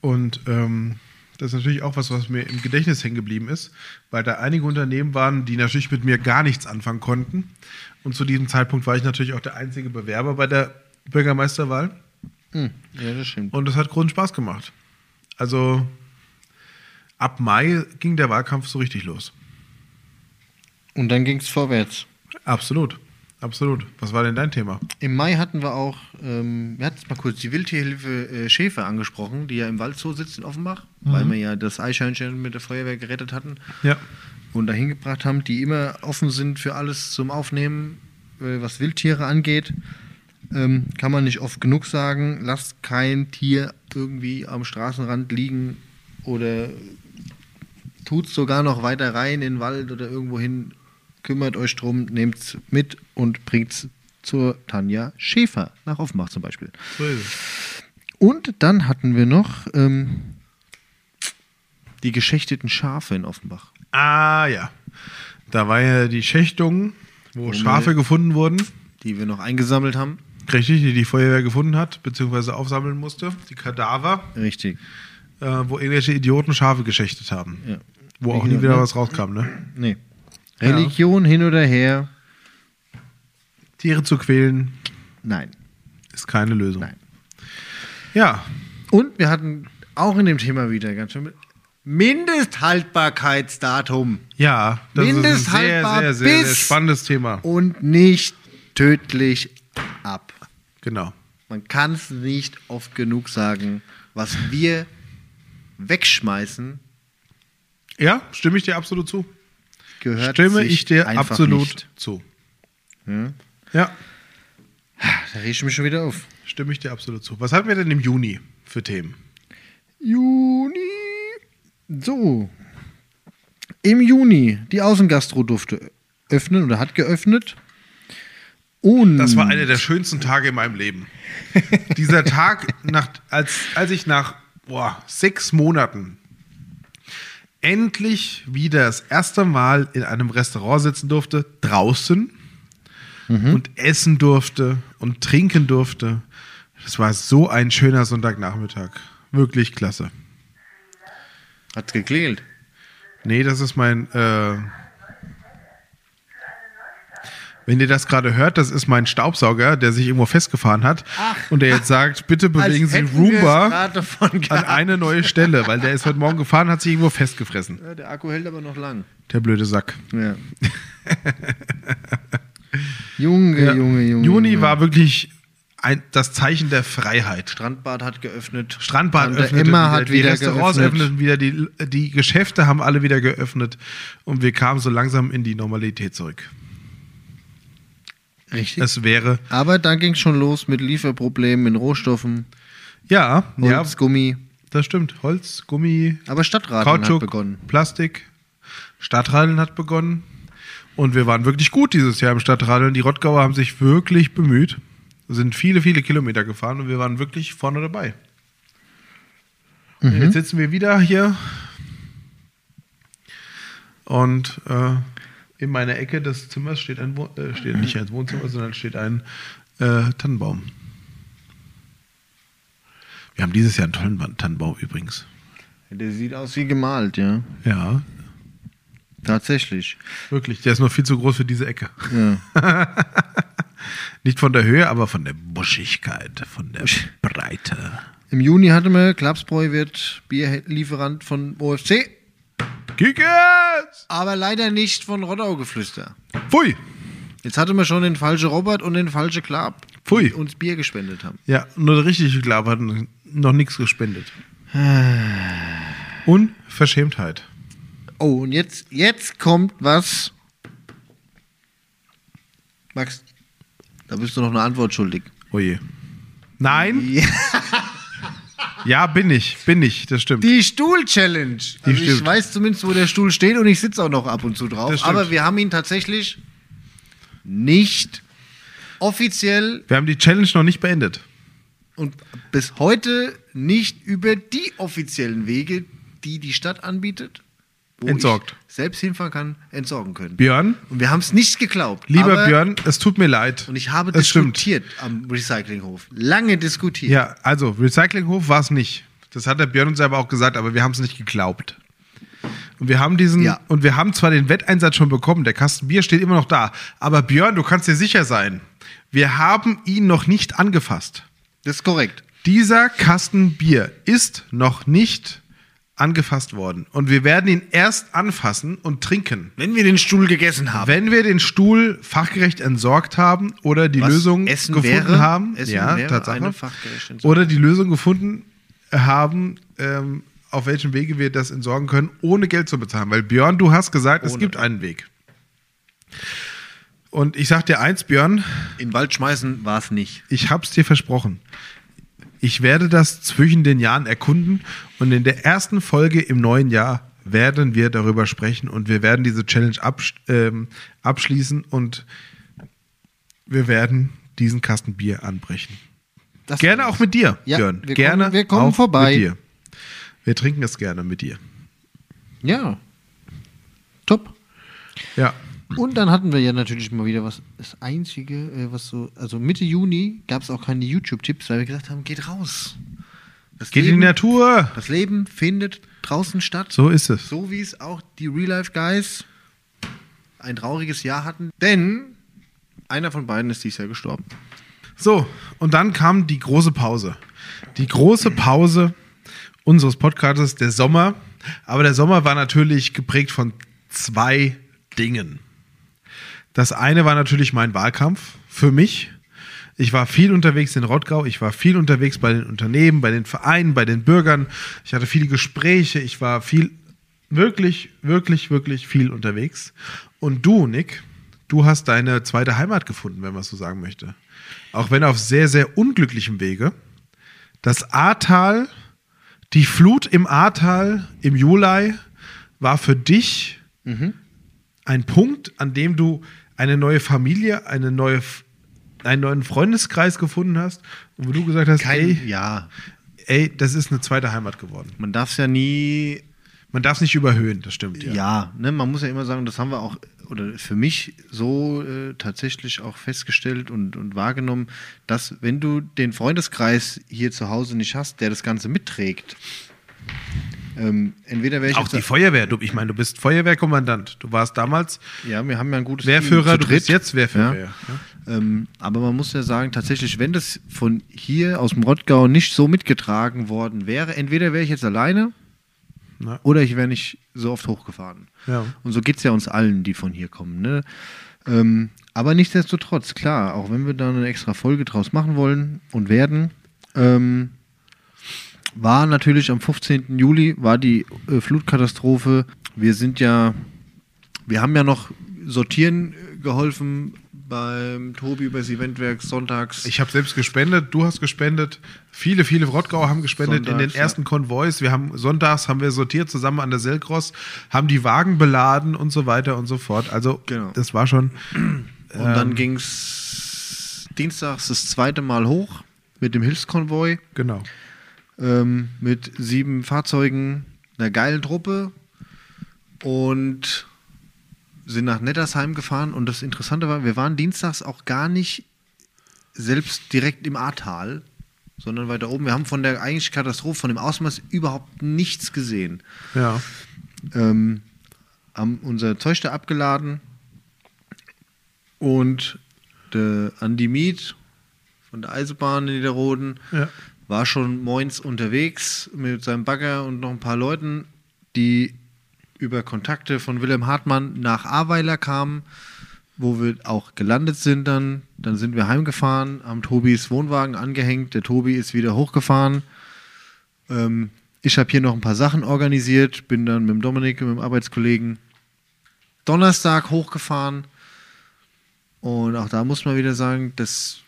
S1: Und ähm, das ist natürlich auch was, was mir im Gedächtnis hängen geblieben ist, weil da einige Unternehmen waren, die natürlich mit mir gar nichts anfangen konnten. Und zu diesem Zeitpunkt war ich natürlich auch der einzige Bewerber bei der Bürgermeisterwahl.
S2: Ja, das stimmt.
S1: Und das hat großen Spaß gemacht. Also ab Mai ging der Wahlkampf so richtig los.
S2: Und dann ging es vorwärts.
S1: Absolut. Absolut. Was war denn dein Thema?
S2: Im Mai hatten wir auch, ähm, wir hatten jetzt mal kurz die Wildtierhilfe äh, Schäfer Mhm. angesprochen, die ja im Wald so sitzt in Offenbach, weil wir ja das Eichhörnchen mit der Feuerwehr gerettet hatten.
S1: Ja.
S2: und dahin gebracht haben, die immer offen sind für alles zum Aufnehmen, äh, was Wildtiere angeht. Ähm, kann man nicht oft genug sagen, lasst kein Tier irgendwie am Straßenrand liegen oder tut sogar noch weiter rein in den Wald oder irgendwo hin. Kümmert euch drum, nehmt's mit und bringt's zur Tanja Schäfer nach Offenbach zum Beispiel.
S1: So ist es.
S2: Und dann hatten wir noch ähm, die geschächteten Schafe in Offenbach.
S1: Ah ja. Da war ja die Schächtung, wo Schafe gefunden wurden.
S2: die wir noch eingesammelt haben.
S1: Richtig, die die Feuerwehr gefunden hat, beziehungsweise aufsammeln musste. Die Kadaver,
S2: Richtig.
S1: äh, wo irgendwelche Idioten Schafe geschächtet haben.
S2: Ja.
S1: Wo auch nie
S2: Wie gesagt,
S1: wieder
S2: ne?
S1: was rauskam, ne?
S2: Nee. Religion hin oder her?
S1: Tiere zu quälen
S2: Nein.
S1: ist keine Lösung.
S2: Nein.
S1: Ja,
S2: Und wir hatten auch in dem Thema wieder ganz schön mit Mindesthaltbarkeitsdatum
S1: ja, das ist ein sehr,
S2: Mindesthaltbar
S1: sehr, sehr, sehr
S2: bis-
S1: spannendes Thema.
S2: und nicht tödlich ab.
S1: Genau.
S2: Man kann es nicht oft genug sagen, was wir wegschmeißen,
S1: Ja, stimme ich dir absolut zu.
S2: gehört
S1: stimme
S2: sich
S1: ich dir
S2: einfach
S1: absolut
S2: Nicht. Hm?
S1: zu.
S2: Ja?
S1: Ja,
S2: Da rieche ich mich schon wieder auf.
S1: stimme ich dir absolut zu. Was hatten wir denn im Juni für Themen?
S2: Juni. So. Im Juni die Außengastro durfte öffnen oder hat geöffnet. Und
S1: Das war einer der schönsten Tage in meinem Leben. Dieser Tag, nach, als, als ich nach boah, sechs Monaten endlich wieder das erste Mal in einem Restaurant sitzen durfte, draußen und essen durfte und trinken durfte. Das war so ein schöner Sonntagnachmittag. Wirklich klasse.
S2: hat's geklingelt.
S1: Nee, das ist mein. Äh wenn ihr das gerade hört, das ist mein Staubsauger, der sich irgendwo festgefahren hat und der jetzt sagt, bitte bewegen Sie Roomba
S2: davon
S1: an eine neue Stelle, weil der ist heute Morgen gefahren, hat sich irgendwo festgefressen.
S2: ja, der Akku hält aber noch lang.
S1: Der blöde Sack.
S2: Ja. Junge, Junge, Junge.
S1: Juni
S2: Junge.
S1: war wirklich ein, das Zeichen der Freiheit.
S2: Strandbad hat geöffnet.
S1: Strandbad
S2: Tante
S1: öffnete
S2: Emma
S1: wieder,
S2: hat
S1: die
S2: wieder
S1: Restaurants
S2: geöffnet.
S1: öffneten wieder, die, die Geschäfte haben alle wieder geöffnet und wir kamen so langsam in die Normalität zurück.
S2: Richtig.
S1: Es wäre,
S2: aber dann ging es schon los mit Lieferproblemen in Rohstoffen,
S1: ja, ja,
S2: Holzgummi.
S1: Das stimmt. Holz, Gummi,
S2: Aber Stadtradeln hat
S1: Kautschuk,
S2: begonnen.
S1: Plastik. Stadtradeln hat begonnen. Und wir waren wirklich gut dieses Jahr im Stadtradeln. Die Rottgauer haben sich wirklich bemüht, sind viele, viele Kilometer gefahren und wir waren wirklich vorne dabei.
S2: Mhm.
S1: Und jetzt sitzen wir wieder hier und äh, in meiner Ecke des Zimmers steht ein, Wo äh, steht nicht ein Wohnzimmer, sondern steht ein äh, Tannenbaum. Wir haben dieses Jahr einen tollen Ban- Tannenbaum übrigens.
S2: Der sieht aus wie gemalt, ja.
S1: Ja,
S2: Tatsächlich.
S1: wirklich. Der ist noch viel zu groß für diese Ecke.
S2: Ja.
S1: Nicht von der Höhe, aber von der Buschigkeit, von der Breite.
S2: Im Juni hatten wir, Klapsbräu wird Bierlieferant von OFC,
S1: Kickers!
S2: aber leider nicht von Rottau-Geflüster.
S1: Pfui!
S2: Jetzt hatten wir schon den falschen Robert und den falschen Klab,
S1: Pfui.
S2: die uns Bier gespendet haben.
S1: Ja, nur der richtige Glaub hat noch nichts gespendet. Unverschämtheit.
S2: Oh, und jetzt, jetzt kommt was. Max, da bist du noch eine Antwort schuldig.
S1: Oje. Oh Nein? Ja, bin ich, bin ich, das stimmt.
S2: Die Stuhl-Challenge. Also ich
S1: stimmt.
S2: weiß zumindest, wo der Stuhl steht und ich sitze auch noch ab und zu drauf.
S1: Das stimmt.
S2: Aber wir haben ihn tatsächlich nicht offiziell
S1: Wir haben die Challenge noch nicht beendet.
S2: und bis heute nicht über die offiziellen Wege, die die Stadt anbietet, wo
S1: Entsorgt.
S2: ich selbst hinfahren kann, entsorgen können.
S1: Björn,
S2: Und wir haben es nicht geglaubt.
S1: lieber
S2: aber-
S1: Björn, es tut mir leid.
S2: Und ich habe
S1: es stimmt.
S2: diskutiert am Recyclinghof. Lange diskutiert.
S1: Ja, also Recyclinghof war es nicht. Das hat der Björn uns aber auch gesagt, aber wir haben es nicht geglaubt. Und wir haben diesen
S2: Ja.
S1: und wir haben zwar den Wetteinsatz schon bekommen, der Kasten Bier steht immer noch da, aber Björn, du kannst dir sicher sein, wir haben ihn noch nicht angefasst.
S2: Das ist korrekt.
S1: Dieser Kasten Bier ist noch nicht angefasst worden und wir werden ihn erst anfassen und trinken,
S2: Wenn wir den Stuhl gegessen haben.
S1: wenn wir den Stuhl fachgerecht entsorgt haben oder die
S2: Was
S1: Lösung
S2: Essen
S1: gefunden
S2: wäre?
S1: haben,
S2: Essen
S1: ja,
S2: wäre
S1: Tatsache,
S2: eine fachgerechte Entsorgung.
S1: oder die Lösung gefunden äh, haben, ähm, auf welchem Wege wir das entsorgen können, ohne Geld zu bezahlen. Weil Björn, du hast gesagt, es
S2: Ohne.
S1: gibt einen Weg. Und ich sag dir eins, Björn,
S2: In den Wald schmeißen war es nicht.
S1: ich hab's dir versprochen. Ich werde das zwischen den Jahren erkunden und in der ersten Folge im neuen Jahr werden wir darüber sprechen und wir werden diese Challenge absch ähm, abschließen und wir werden diesen Kasten Bier anbrechen.
S3: Das
S1: Gerne auch mit dir,
S3: Ja,
S1: Björn.
S3: wir
S1: gerne
S3: kommen- wir kommen
S1: auch
S3: vorbei.
S1: Mit dir. Wir trinken es gerne mit dir.
S3: Ja. Top.
S1: Ja.
S3: Und dann hatten wir ja natürlich mal wieder was. Das Einzige, äh, was so. Also Mitte Juni gab es auch keine YouTube-Tipps, weil wir gesagt haben, geht raus. Das
S1: Geht in
S3: Leben,
S1: die Natur.
S3: Das Leben findet draußen statt.
S1: So ist es.
S2: So wie es auch die Real Life
S3: Guys.
S2: ein trauriges Jahr hatten. Denn einer von beiden ist dieses Jahr gestorben.
S1: So, und dann kam die große Pause. Die große Pause unseres Podcasts, der Sommer. Aber der Sommer war natürlich geprägt von zwei Dingen. Das eine war natürlich mein Wahlkampf für mich. Ich war viel unterwegs in Rottgau, ich war viel unterwegs bei den Unternehmen, bei den Vereinen, bei den Bürgern. Ich hatte viele Gespräche, ich war viel, wirklich, wirklich, wirklich viel unterwegs. Und du, Nick, du hast deine zweite Heimat gefunden, wenn man es so sagen möchte. Auch wenn auf sehr, sehr unglücklichem Wege. Das Ahrtal, die Flut im Ahrtal im Juli war für dich
S2: Mhm.
S1: ein Punkt, an dem du eine neue Familie, eine neue, F- einen neuen Freundeskreis gefunden hast, wo du gesagt hast, ey,
S2: Ja.
S1: ey, das ist eine zweite Heimat geworden.
S2: Man darf es ja nie
S1: Man darf es nicht überhöhen, das stimmt.
S2: Ja, ne, man muss ja immer sagen, das haben wir auch, oder für mich so äh, tatsächlich auch festgestellt und, und wahrgenommen, dass wenn du den Freundeskreis hier zu Hause nicht hast, der das Ganze mitträgt, ähm, entweder wäre ich
S1: Auch
S2: jetzt-
S1: die Feuerwehr, du, ich meine, du bist Feuerwehrkommandant. Du warst damals
S2: ja, wir haben ja ein gutes
S1: Wehrführer,
S2: Team,
S1: du
S2: zu
S1: bist
S2: dritt.
S1: jetzt Wehrführer.
S2: Ja.
S1: Ja.
S2: Ähm, aber man muss ja sagen, tatsächlich, wenn das von hier aus dem Rottgau nicht so mitgetragen worden wäre, entweder wäre ich jetzt alleine
S1: Na.
S2: oder ich wäre nicht so oft hochgefahren.
S1: Ja.
S2: Und so geht es ja uns allen, die von hier kommen. Ne? Ähm, aber nichtsdestotrotz, klar, auch wenn wir da eine extra Folge draus machen wollen und werden, ähm, war natürlich am 15. Juli war die äh, Flutkatastrophe. Wir sind ja, wir haben ja noch sortieren äh, geholfen beim Tobi übers Eventwerk sonntags.
S1: Ich habe selbst gespendet, du hast gespendet, viele, viele Rottgauer haben gespendet in
S2: Sonntags,
S1: den
S2: ja.
S1: ersten Konvois. Wir haben sonntags haben wir sortiert zusammen an der Selkross, haben die Wagen beladen und so weiter und so fort. Also
S2: Genau.
S1: das war schon
S2: Und dann ging es dienstags das zweite Mal hoch mit dem Hilfskonvoi.
S1: genau.
S2: ähm, mit sieben Fahrzeugen, einer geilen Truppe und sind nach Nettersheim gefahren. Und das Interessante war, wir waren dienstags auch gar nicht selbst direkt im Ahrtal, sondern weiter oben. Wir haben von der eigentlichen Katastrophe, von dem Ausmaß überhaupt nichts gesehen.
S1: Ja.
S2: Ähm, haben unser Zeug da abgeladen und der Andi Miet von der Eisenbahn in Niederroden
S1: Ja.
S2: war schon moins unterwegs mit seinem Bagger und noch ein paar Leuten, die über Kontakte von Wilhelm Hartmann nach Ahrweiler kamen, wo wir auch gelandet sind dann. Dann sind wir heimgefahren, haben Tobis Wohnwagen angehängt. Der Tobi ist wieder hochgefahren. Ähm, ich habe hier noch ein paar Sachen organisiert, bin dann mit dem Dominik, und mit dem Arbeitskollegen, Donnerstag hochgefahren. Und auch da muss man wieder sagen, das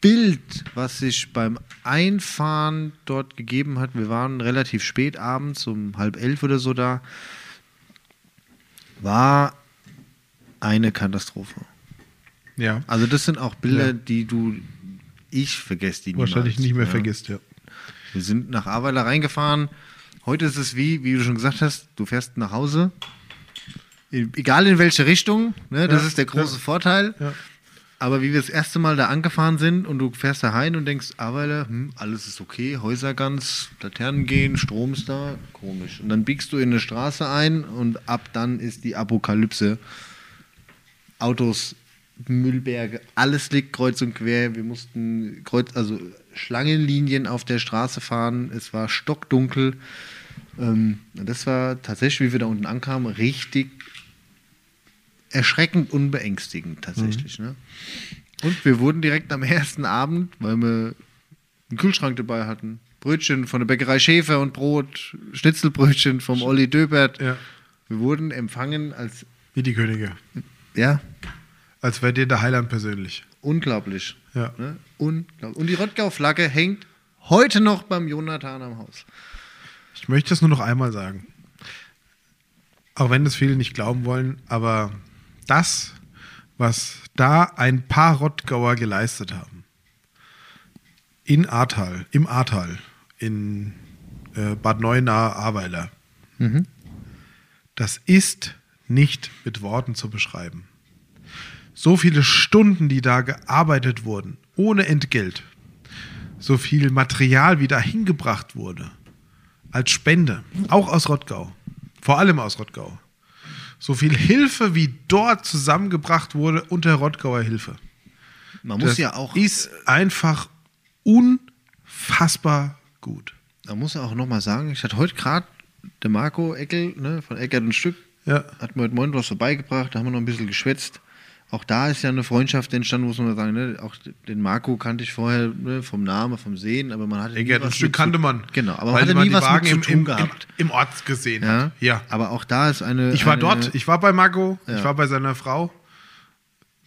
S2: Bild, was sich beim Einfahren dort gegeben hat, wir waren relativ spät abends, um halb elf oder so da, war eine Katastrophe.
S1: Ja.
S2: Also das sind auch Bilder,
S1: Ja.
S2: die du, ich vergesse die
S1: Wahrscheinlich
S2: niemals,
S1: nicht mehr
S2: ja.
S1: vergisst, ja.
S2: Wir sind nach Aweiler reingefahren. Heute ist es wie, wie du schon gesagt hast, du fährst nach Hause. E- Egal in welche Richtung, ne, das
S1: Ja,
S2: ist der große
S1: ja.
S2: Vorteil.
S1: Ja.
S2: Aber wie wir das erste Mal da angefahren sind und du fährst da rein und denkst, Aweiler, hm, alles ist okay, Häuser ganz, Laternen gehen, Strom ist da, komisch. Und dann biegst du in eine Straße ein und ab dann ist die Apokalypse. Autos, Müllberge, alles liegt kreuz und quer. Wir mussten kreuz, also Schlangenlinien auf der Straße fahren. Es war stockdunkel. Ähm, das war tatsächlich, wie wir da unten ankamen, richtig erschreckend und beängstigend tatsächlich. Ne? Und wir wurden direkt am ersten Abend, weil wir einen Kühlschrank dabei hatten, Brötchen von der Bäckerei Schäfer und Brot, Schnitzelbrötchen vom Olli Döbert.
S1: Ja.
S2: Wir wurden empfangen als,
S1: Wie die Könige.
S2: ja,
S1: Als wäre dir der Heiland persönlich.
S2: unglaublich.
S1: Ja.
S2: Ne? Unglaublich. Und die Rottgau-Flagge hängt heute noch beim Jonathan am Haus.
S1: Ich möchte es nur noch einmal sagen. Auch wenn das viele nicht glauben wollen, aber das, was da ein paar Rottgauer geleistet haben, in Ahrtal, im Ahrtal, in äh, Bad Neuenahr, Ahrweiler, das ist nicht mit Worten zu beschreiben. So viele Stunden, die da gearbeitet wurden, ohne Entgelt, so viel Material, wie da hingebracht wurde, als Spende, auch aus Rottgau, vor allem aus Rottgau. So viel Hilfe, wie dort zusammengebracht wurde unter Rottgauer Hilfe.
S2: Man muss
S1: Das
S2: ja auch, äh,
S1: Ist einfach unfassbar gut.
S2: man muss ja auch nochmal sagen, ich hatte heute gerade der Marco Eckel ne, von Eckert und Stück,
S1: Ja.
S2: hat mir heute Morgen was vorbeigebracht, da haben wir noch ein bisschen geschwätzt. Auch da ist ja eine Freundschaft entstanden, muss man sagen. Ne? Auch den Marco kannte ich vorher ne, vom Namen, vom Sehen, aber man hatte nie
S1: Eckert,
S2: was
S1: ein Stück
S2: mit zu-
S1: kannte man.
S2: Genau, aber man
S1: weil
S2: hatte
S1: man
S2: nie
S1: die
S2: was
S1: Wagen
S2: mit zu
S1: im,
S2: tun
S1: im, im,
S2: gehabt.
S1: im Ort gesehen
S2: ja?
S1: hat. Ja.
S2: Aber auch da ist eine.
S1: Ich war
S2: eine,
S1: dort, ich war bei Marco,
S2: Ja.
S1: ich war bei seiner Frau.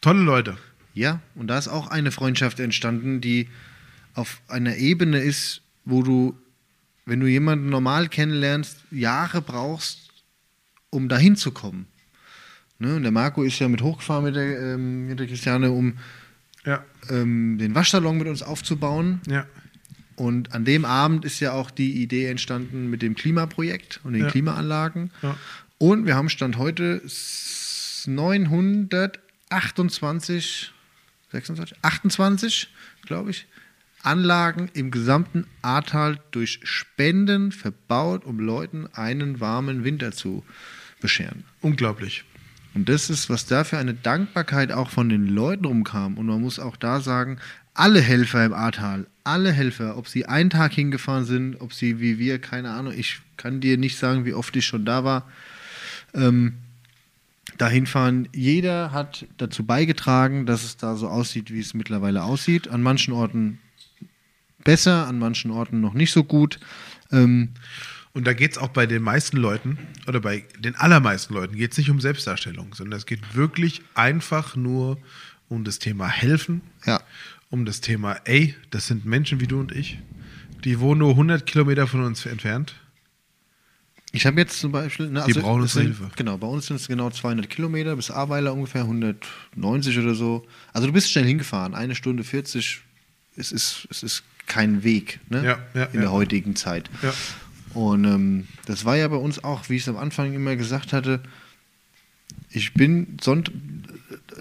S1: Tolle Leute.
S2: Ja, und da ist auch eine Freundschaft entstanden, die auf einer Ebene ist, wo du, wenn du jemanden normal kennenlernst, Jahre brauchst, um dahin zu kommen. Ne? Und der Marco ist ja mit hochgefahren mit der, ähm, mit der Christiane, um
S1: Ja,
S2: ähm, den Waschsalon mit uns aufzubauen.
S1: ja.
S2: Und an dem Abend ist ja auch die Idee entstanden mit dem Klimaprojekt und den
S1: Ja.
S2: Klimaanlagen.
S1: Ja.
S2: Und wir haben Stand heute s- 928, 26, 28, glaube ich, Anlagen im gesamten Ahrtal durch Spenden verbaut, um Leuten einen warmen Winter zu bescheren.
S1: Unglaublich.
S2: Und das ist, was da für eine Dankbarkeit auch von den Leuten rumkam. Und man muss auch da sagen, alle Helfer im Ahrtal, alle Helfer, ob sie einen Tag hingefahren sind, ob sie wie wir, keine Ahnung, ich kann dir nicht sagen, wie oft ich schon da war, ähm, dahin fahren. Jeder hat dazu beigetragen, dass es da so aussieht, wie es mittlerweile aussieht. An manchen Orten besser, an manchen Orten noch nicht so gut. Ähm,
S1: Und da geht es auch bei den meisten Leuten, oder bei den allermeisten Leuten, geht es nicht um Selbstdarstellung, sondern es geht wirklich einfach nur um das Thema Helfen,
S2: Ja.
S1: um das Thema, ey, das sind Menschen wie du und ich, die wohnen nur 100 Kilometer von uns entfernt.
S2: Ich habe jetzt zum Beispiel. Ne,
S1: Die brauchen
S2: es
S1: unsere
S2: sind,
S1: Hilfe.
S2: Genau, bei uns sind es genau 200 Kilometer, bis Ahrweiler ungefähr 190 oder so. Also du bist schnell hingefahren, eine Stunde 40. Es ist, es ist kein Weg ne?
S1: Ja, ja,
S2: in
S1: ja.
S2: der heutigen Zeit.
S1: Ja.
S2: Und ähm, das war ja bei uns auch, wie ich es am Anfang immer gesagt hatte, ich bin Sonnt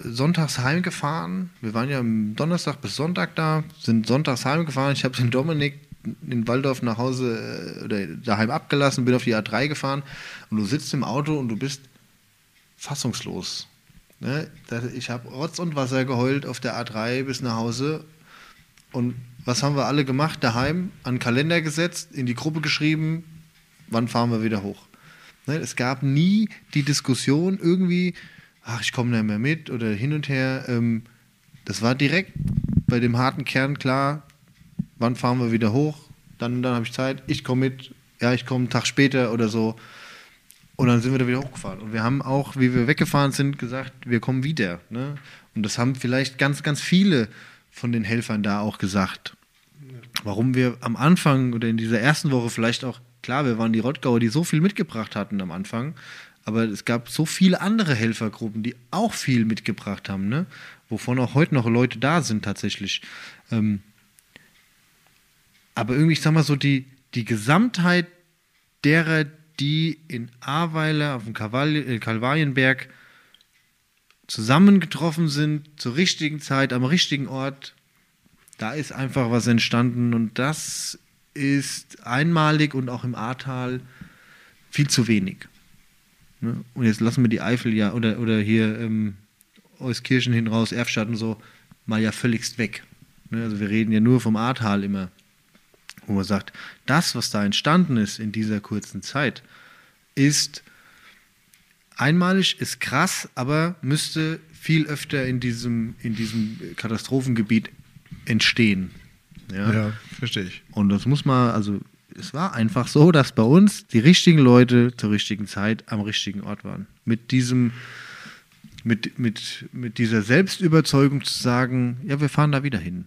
S2: sonntags heimgefahren. Wir waren ja am Donnerstag bis Sonntag da, sind sonntags heimgefahren. Ich habe den Dominik in Waldorf nach Hause äh, oder daheim abgelassen, bin auf die A3 gefahren und du sitzt im Auto und du bist fassungslos. Ne? Da- Ich habe Rotz und Wasser geheult auf der A3 bis nach Hause und was haben wir alle gemacht? Daheim an den Kalender gesetzt, in die Gruppe geschrieben, wann fahren wir wieder hoch? Ne? Es gab nie die Diskussion irgendwie, ach, ich komme nicht mehr mit oder hin und her. Ähm, das war direkt bei dem harten Kern klar, wann fahren wir wieder hoch? Dann und dann habe ich Zeit, ich komme mit, ja, ich komme einen Tag später oder so. Und dann sind wir da wieder hochgefahren. Und wir haben auch, wie wir weggefahren sind, gesagt, wir kommen wieder. Ne? Und das haben vielleicht ganz, ganz viele von den Helfern da auch gesagt. Warum wir am Anfang oder in dieser ersten Woche vielleicht auch, klar, wir waren die Rottgauer, die so viel mitgebracht hatten am Anfang, aber es gab so viele andere Helfergruppen, die auch viel mitgebracht haben, ne? wovon auch heute noch Leute da sind tatsächlich. Ähm, aber irgendwie, ich sag mal so, die, die Gesamtheit derer, die in Ahrweiler auf dem Kalvali- äh, Kalvarienberg zusammengetroffen sind, zur richtigen Zeit, am richtigen Ort, da ist einfach was entstanden und das ist einmalig und auch im Ahrtal viel zu wenig. Ne? Und jetzt lassen wir die Eifel ja oder, oder hier ähm, Euskirchen hin raus, Erfstadt und so, mal ja völligst weg. Ne? Also wir reden ja nur vom Ahrtal immer wo man sagt, das, was da entstanden ist in dieser kurzen Zeit, ist einmalig, ist krass, aber müsste viel öfter in diesem, in diesem Katastrophengebiet entstehen. Ja.
S1: Ja, verstehe ich.
S2: Und das muss man, also es war einfach so, dass bei uns die richtigen Leute zur richtigen Zeit am richtigen Ort waren. Mit diesem, mit, mit, mit dieser Selbstüberzeugung zu sagen, ja, wir fahren da wieder hin.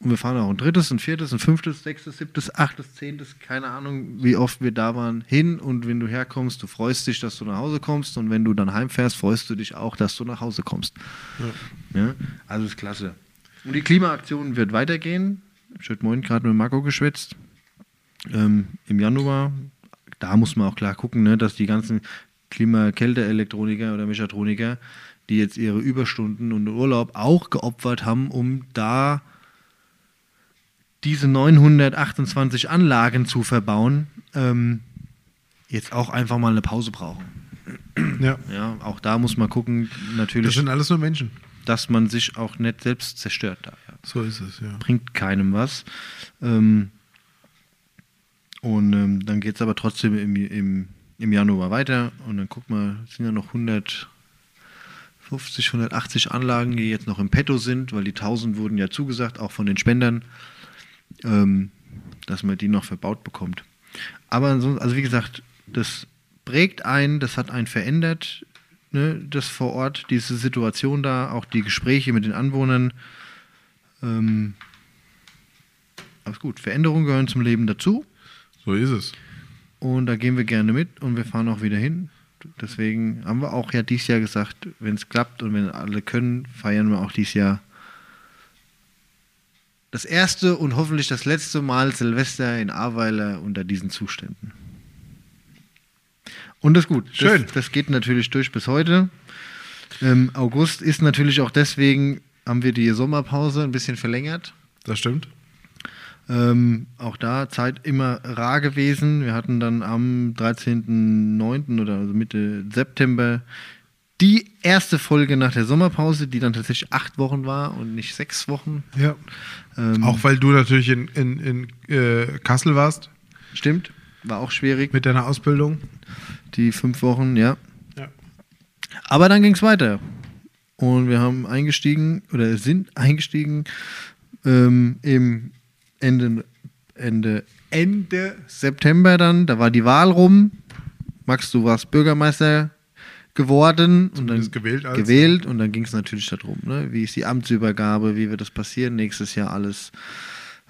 S2: Und wir fahren auch ein drittes, ein viertes, ein fünftes, sechstes, siebtes, achtes, zehntes, keine Ahnung, wie oft wir da waren, hin. Und wenn du herkommst, du freust dich, dass du nach Hause kommst. Und wenn du dann heimfährst, freust du dich auch, dass du nach Hause kommst. Ja, also ist klasse. Und die Klimaaktion wird weitergehen. Ich habe morgen gerade mit Marco geschwätzt. Ähm, Im Januar, da muss man auch klar gucken, ne, dass die ganzen Klima-Kälte-Elektroniker oder Mechatroniker, die jetzt ihre Überstunden und Urlaub auch geopfert haben, um da diese 928 Anlagen zu verbauen, ähm, jetzt auch einfach mal eine Pause brauchen.
S1: Ja.
S2: Ja, auch da muss man gucken,
S1: Das
S2: natürlich
S1: sind alles nur Menschen.
S2: dass man sich auch nicht selbst zerstört. Da ja.
S1: So ist es, ja.
S2: bringt keinem was. Ähm, und ähm, dann geht es aber trotzdem im, im, im Januar weiter. Und dann guck mal, es sind ja noch 150, 180 Anlagen, die jetzt noch im Petto sind, weil die 1000 wurden ja zugesagt, auch von den Spendern, ähm, dass man die noch verbaut bekommt. Aber ansonsten, also wie gesagt, das prägt einen, das hat einen verändert, ne, das vor Ort, diese Situation da, auch die Gespräche mit den Anwohnern. Ähm, aber ist gut, Veränderungen gehören zum Leben dazu
S1: So ist es.
S2: und da gehen wir gerne mit und wir fahren auch wieder hin. Deswegen haben wir auch ja dieses Jahr gesagt, wenn es klappt und wenn alle können, feiern wir auch dieses Jahr das erste und hoffentlich das letzte Mal Silvester in Ahrweiler unter diesen Zuständen. Und das ist gut.
S1: Schön.
S2: Das, das geht natürlich durch bis heute. Ähm, August ist natürlich auch deswegen, haben wir die Sommerpause ein bisschen verlängert.
S1: Das stimmt.
S2: Ähm, auch da Zeit immer rar gewesen. Wir hatten dann am 13.09. oder also Mitte September die erste Folge nach der Sommerpause, die dann tatsächlich acht Wochen war und nicht sechs Wochen.
S1: Ja.
S2: Ähm,
S1: Auch weil du natürlich in, in, in äh, Kassel warst
S2: stimmt, war auch schwierig.
S1: mit deiner Ausbildung.
S2: Die fünf Wochen, ja.
S1: Ja.
S2: Aber dann ging es weiter. Und wir haben eingestiegen oder sind eingestiegen ähm, im Ende, Ende, Ende September dann. Da war die Wahl rum. Max, du warst Bürgermeister geworden und dann
S1: Zumindest gewählt als.
S2: gewählt und dann ging es natürlich darum, ne? wie ist die Amtsübergabe, wie wird das passieren nächstes Jahr alles.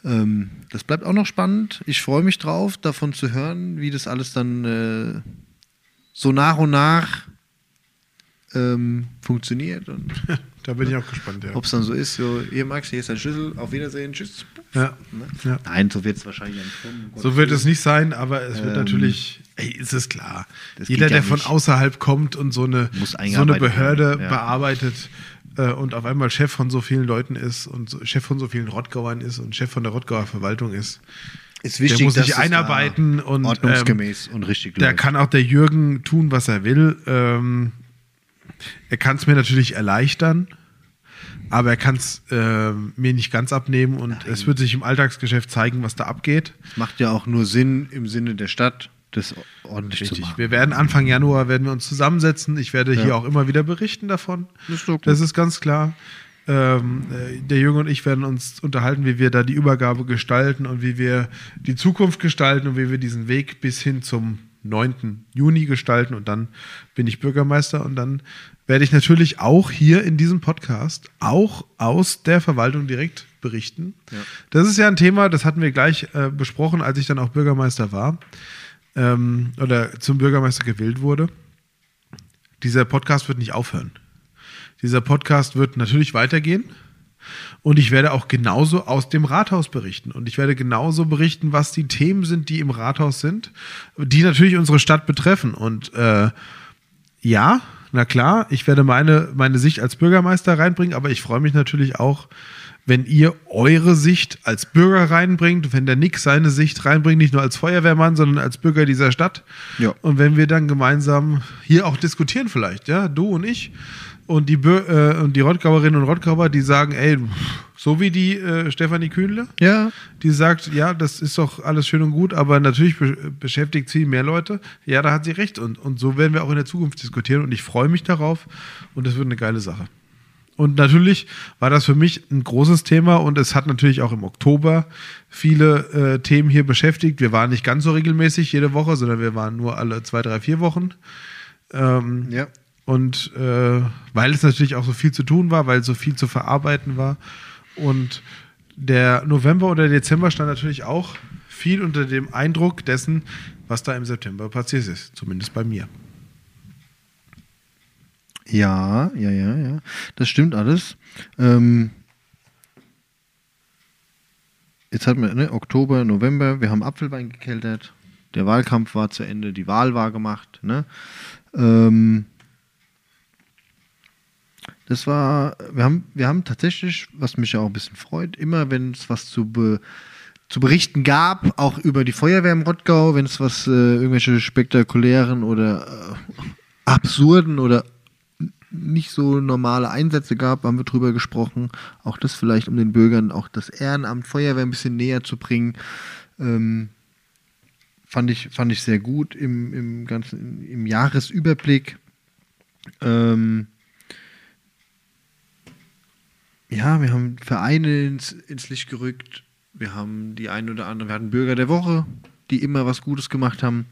S2: Ähm, das bleibt auch noch spannend. Ich freue mich drauf, davon zu hören, wie das alles dann äh, so nach und nach ähm, funktioniert und
S1: Da bin ich auch gespannt, ja.
S2: ob es dann so ist. So, hier Max, hier ist dein Schlüssel, auf Wiedersehen, tschüss.
S1: ja.
S2: Ne?
S1: Ja.
S2: Nein, so wird es wahrscheinlich nicht kommen. um
S1: So
S2: Gottes
S1: wird es
S2: Willen.
S1: nicht sein, aber es wird
S2: Ähm,
S1: natürlich, ey, ist es klar.
S2: das
S1: Jeder,
S2: geht ja
S1: der von
S2: nicht.
S1: außerhalb kommt und so eine,
S2: Muss
S1: so eine
S2: eingearbeitet
S1: Behörde
S2: werden, ja.
S1: bearbeitet äh, und auf einmal Chef von so vielen Leuten ist und so, Chef von so vielen Rottgauern ist und Chef von der Rottgauer Verwaltung ist,
S2: Ist
S1: der muss
S2: dass
S1: sich
S2: es da
S1: einarbeiten und,
S2: ordnungsgemäß und richtig
S1: da
S2: läuft.
S1: kann auch der Jürgen tun, was er will. Ähm, er kann es mir natürlich erleichtern, aber er kann es ähm, mir nicht ganz abnehmen und es wird sich im Alltagsgeschäft zeigen, was da abgeht.
S2: Macht ja auch nur Sinn im Sinne der Stadt, das ordentlich zu
S1: Richtig.
S2: machen.
S1: Wir werden Anfang Januar werden wir uns zusammensetzen. Ich werde hier auch immer wieder berichten davon.
S2: Das ist doch gut.
S1: Das ist ganz klar. Ähm, äh, der Jürgen und ich werden uns unterhalten, wie wir da die Übergabe gestalten und wie wir die Zukunft gestalten und wie wir diesen Weg bis hin zum 9. Juni gestalten. Und dann bin ich Bürgermeister und dann werde ich natürlich auch hier in diesem Podcast auch aus der Verwaltung direkt berichten. Das ist ja ein Thema, das hatten wir gleich äh, besprochen, als ich dann auch Bürgermeister war ähm, oder zum Bürgermeister gewählt wurde. Dieser Podcast wird nicht aufhören. Dieser Podcast wird natürlich weitergehen. Und ich werde auch genauso aus dem Rathaus berichten. Und ich werde genauso berichten, was die Themen sind, die im Rathaus sind, die natürlich unsere Stadt betreffen. Und äh, ja, na klar, ich werde meine, meine Sicht als Bürgermeister reinbringen, aber ich freue mich natürlich auch, wenn ihr eure Sicht als Bürger reinbringt, wenn der Nick seine Sicht reinbringt, nicht nur als Feuerwehrmann, sondern als Bürger dieser Stadt.
S2: Ja.
S1: Und wenn wir dann gemeinsam hier auch diskutieren vielleicht, ja, du und ich und die, Bür äh, und die Rottgauerinnen und Rottgauer, die sagen, ey, pff, so wie die äh, Stefanie Kühnle,
S2: Ja,
S1: die sagt, ja, das ist doch alles schön und gut, aber natürlich be beschäftigt viel mehr Leute. Ja, da hat sie recht. Und, und so werden wir auch in der Zukunft diskutieren. Und ich freue mich darauf. Und das wird eine geile Sache. Und natürlich war das für mich ein großes Thema und es hat natürlich auch im Oktober viele äh, Themen hier beschäftigt. Wir waren nicht ganz so regelmäßig jede Woche, sondern wir waren nur alle zwei, drei, vier Wochen. Ähm,
S4: Ja.
S1: und äh, weil es natürlich auch so viel zu tun war, weil so viel zu verarbeiten war. Und der November oder Dezember stand natürlich auch viel unter dem Eindruck dessen, was da im September passiert ist. Zumindest bei mir.
S2: Ja, ja, ja, ja. Das stimmt alles. Ähm, jetzt hatten wir ne, Oktober, November, wir haben Apfelwein gekeltert, der Wahlkampf war zu Ende, die Wahl war gemacht. Ne? Ähm, das war, wir haben, wir haben tatsächlich, was mich ja auch ein bisschen freut, immer wenn es was zu, be, zu berichten gab, auch über die Feuerwehr im Rottgau, wenn es was, äh, irgendwelche spektakulären oder äh, absurden oder nicht so normale Einsätze gab, haben wir drüber gesprochen. Auch das vielleicht, um den Bürgern auch das Ehrenamt, Feuerwehr ein bisschen näher zu bringen. Ähm, fand, ich, fand ich sehr gut im, im ganzen, im Jahresüberblick. Ähm, ja, wir haben Vereine ins, ins Licht gerückt. Wir haben die einen oder anderen, wir hatten Bürger der Woche, die immer was Gutes gemacht haben.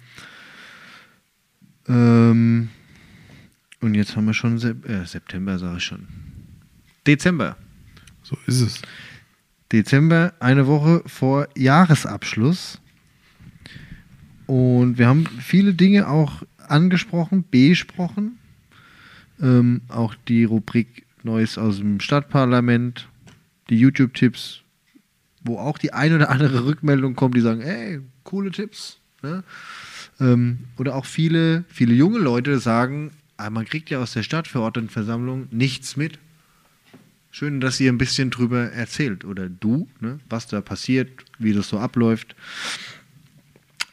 S2: Ähm, und jetzt haben wir schon Sep äh, September, sage ich schon. Dezember.
S1: So ist es.
S2: Dezember, eine Woche vor Jahresabschluss. Und wir haben viele Dinge auch angesprochen, besprochen. Ähm, auch die Rubrik Neues aus dem Stadtparlament, die YouTube-Tipps, wo auch die ein oder andere Rückmeldung kommt, die sagen, ey, coole Tipps. Ne? Ähm, oder auch viele, viele junge Leute sagen, ah, man kriegt ja aus der Stadtverordnetenversammlung nichts mit. Schön, dass ihr ein bisschen drüber erzählt oder du, ne, was da passiert, wie das so abläuft,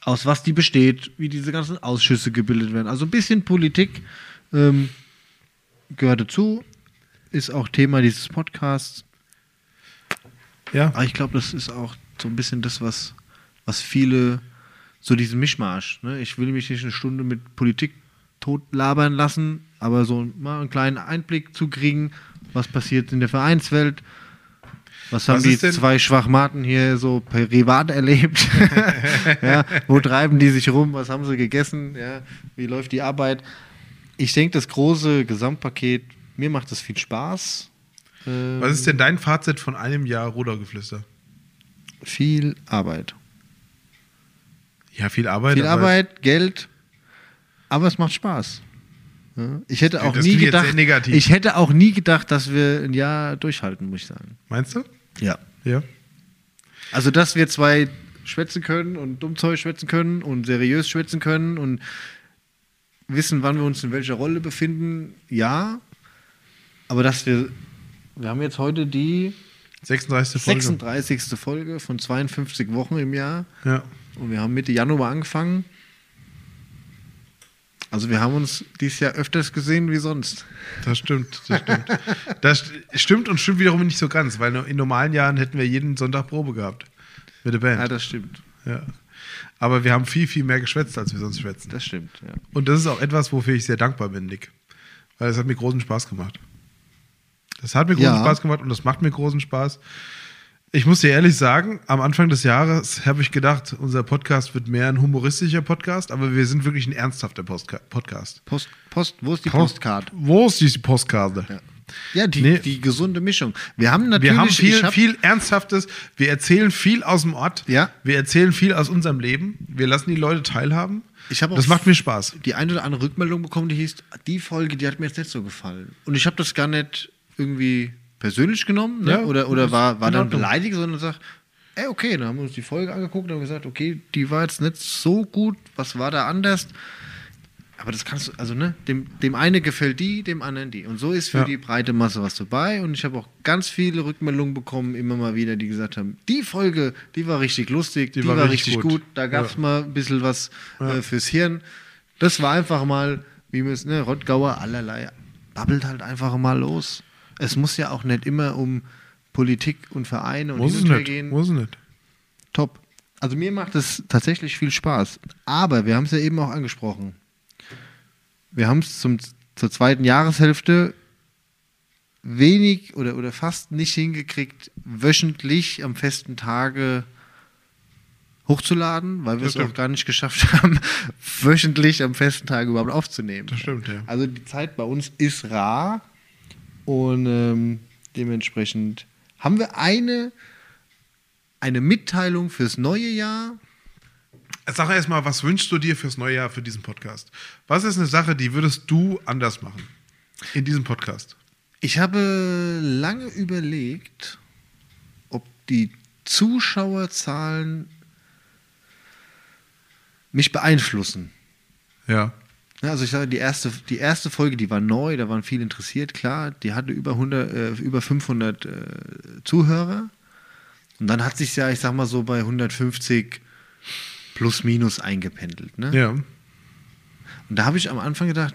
S2: aus was die besteht, wie diese ganzen Ausschüsse gebildet werden. Also ein bisschen Politik ähm, gehört dazu, ist auch Thema dieses Podcasts.
S1: Ja.
S2: Aber ich glaube, das ist auch so ein bisschen das, was, was viele, so diesen Mischmasch. Ne? Ich will mich nicht eine Stunde mit Politik totlabern lassen, aber so mal einen kleinen Einblick zu kriegen, was passiert in der Vereinswelt. Was haben
S1: Was
S2: die
S1: ist denn-
S2: zwei Schwachmaten hier so privat erlebt? ja, wo treiben die sich rum? Was haben sie gegessen? Ja, wie läuft die Arbeit? Ich denke, das große Gesamtpaket, mir macht das viel Spaß. Ähm,
S1: Was ist denn dein Fazit von einem Jahr Rudergeflüster?
S2: ähm, viel Arbeit.
S1: Ja, viel Arbeit.
S2: Viel
S1: aber-
S2: Arbeit, Geld, aber es macht Spaß. Ja, Ich hätte auch
S1: Das
S2: nie
S1: klingt jetzt
S2: gedacht,
S1: sehr negativ.
S2: ich hätte auch nie gedacht, dass wir ein Jahr durchhalten, muss ich sagen.
S1: Meinst du?
S2: Ja.
S1: Ja.
S2: Also, dass wir zwei schwätzen können und dumm Zeug schwätzen können und seriös schwätzen können und wissen, wann wir uns in welcher Rolle befinden, ja. Aber dass wir, wir haben jetzt heute die
S1: 36. Folge.
S2: 36. Folge von 52 Wochen im Jahr.
S1: Ja.
S2: Und wir haben Mitte Januar angefangen. Also wir haben uns dieses Jahr öfters gesehen wie sonst.
S1: Das stimmt, das stimmt. Das st- stimmt und stimmt wiederum nicht so ganz, weil in normalen Jahren hätten wir jeden Sonntag Probe gehabt mit der Band.
S2: das stimmt.
S1: Ja. Aber wir haben viel, viel mehr geschwätzt, als wir sonst schwätzen.
S2: Das stimmt, ja.
S1: Und das ist auch etwas, wofür ich sehr dankbar bin, Nick. Weil es hat mir großen Spaß gemacht. Das hat mir großen
S2: Ja.
S1: Spaß gemacht und das macht mir großen Spaß. Ich muss dir ehrlich sagen, am Anfang des Jahres habe ich gedacht, unser Podcast wird mehr ein humoristischer Podcast, aber wir sind wirklich ein ernsthafter Postka Podcast.
S2: Post, Post, wo ist die Postkarte?
S1: Wo ist diese Postkarte?
S2: Ja, die,
S1: Nee.
S2: die gesunde Mischung. Wir haben natürlich
S1: Wir haben viel,
S2: ich hab-
S1: viel Ernsthaftes. Wir erzählen viel aus dem Ort.
S2: Ja.
S1: Wir erzählen viel aus unserem Leben. Wir lassen die Leute teilhaben.
S2: Ich hab auch
S1: das macht mir Spaß.
S2: die eine oder andere Rückmeldung bekommen, die hieß, die Folge, die hat mir jetzt nicht so gefallen. Und ich habe das gar nicht irgendwie persönlich genommen ne?
S1: Ja,
S2: oder, oder
S1: das
S2: war,
S1: ist
S2: war
S1: in
S2: dann
S1: Ordnung.
S2: beleidigt, sondern sagt, ey, okay, dann haben wir uns die Folge angeguckt und haben gesagt, okay, die war jetzt nicht so gut, was war da anders? Aber das kannst du, also ne, dem, dem einen gefällt die, dem anderen die. Und so ist für
S1: Ja.
S2: die breite Masse was dabei. Und ich habe auch ganz viele Rückmeldungen bekommen, immer mal wieder, die gesagt haben, die Folge, die war richtig lustig, die, war, richtig gut, da gab es
S1: Ja.
S2: mal ein bisschen was äh, fürs Hirn. Das war einfach mal, wie wir es, ne, Rottgauer allerlei, babbelt halt einfach mal los. Es muss ja auch nicht immer um Politik und Vereine und
S1: Muss es
S2: hin und her
S1: nicht.
S2: gehen.
S1: Muss es nicht.
S2: Top. Also mir macht es tatsächlich viel Spaß. Aber wir haben es ja eben auch angesprochen. Wir haben es zum, zur zweiten Jahreshälfte wenig oder, oder fast nicht hingekriegt, wöchentlich am festen Tage hochzuladen, weil wir
S1: Das
S2: es auch
S1: stimmt.
S2: gar nicht geschafft haben, wöchentlich am festen Tag überhaupt aufzunehmen.
S1: Das stimmt, ja.
S2: Also die Zeit bei uns ist rar und ähm, dementsprechend haben wir eine, eine Mitteilung fürs neue Jahr.
S1: Sag erstmal, was wünschst du dir fürs neue Jahr für diesen Podcast? Was ist eine Sache, die würdest du anders machen in diesem Podcast?
S2: Ich habe lange überlegt, ob die Zuschauerzahlen mich beeinflussen.
S1: Ja.
S2: Ja, also ich sage, die erste, die erste Folge, die war neu, da waren viele interessiert, klar, die hatte über, 100, äh, über 500 äh, Zuhörer. Und dann hat sich ja, ich sag mal so, bei 150 plus minus eingependelt. Ne?
S1: Ja.
S2: Und da habe ich am Anfang gedacht,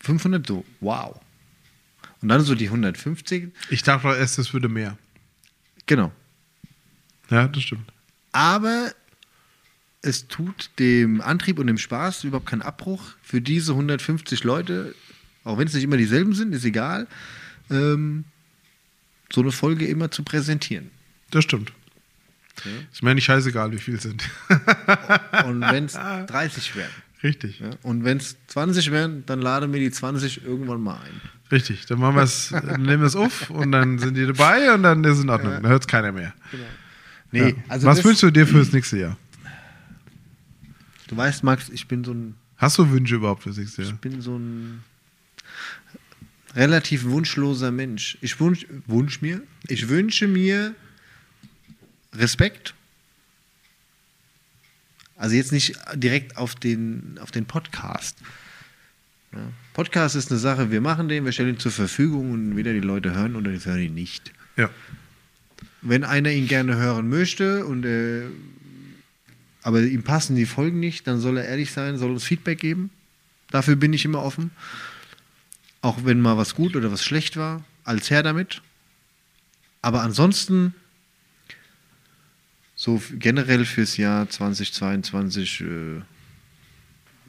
S2: 500 so, wow. Und dann so die 150,
S1: Ich dachte doch erst, es würde mehr.
S2: genau.
S1: Ja, das stimmt.
S2: Aber es tut dem Antrieb und dem Spaß überhaupt keinen Abbruch. Für diese 150 Leute, auch wenn es nicht immer dieselben sind, ist egal, ähm, so eine Folge immer zu präsentieren.
S1: Das stimmt. Ist mir nicht scheißegal, wie viel sind.
S2: Und wenn es 30 werden.
S1: Richtig.
S2: Ja? Und wenn es 20 werden, dann lade mir die 20 irgendwann mal ein.
S1: Richtig. Dann machen wir es, nehmen wir es auf und dann sind die dabei und dann ist es in Ordnung. Dann hört es keiner mehr.
S2: Nee,
S1: ja.
S2: also
S1: Was
S2: das-
S1: wünschst du dir fürs nächste Jahr?
S2: Du weißt, Max, ich bin so ein,
S1: Hast du Wünsche überhaupt fürs nächste
S2: ich
S1: Jahr?
S2: bin so ein relativ wunschloser Mensch. Ich wünsch, wünsch mir, ich wünsche mir Respekt. Also jetzt nicht direkt auf den, auf den Podcast. Ja. Podcast ist eine Sache, wir machen den, wir stellen ihn zur Verfügung und entweder die Leute hören oder die hören ihn nicht.
S1: Ja.
S2: Wenn einer ihn gerne hören möchte und äh, aber ihm passen die Folgen nicht, dann soll er ehrlich sein, soll uns Feedback geben. Dafür bin ich immer offen. Auch wenn mal was gut oder was schlecht war, als Herr damit. Aber ansonsten, so f- generell fürs Jahr 2022, äh,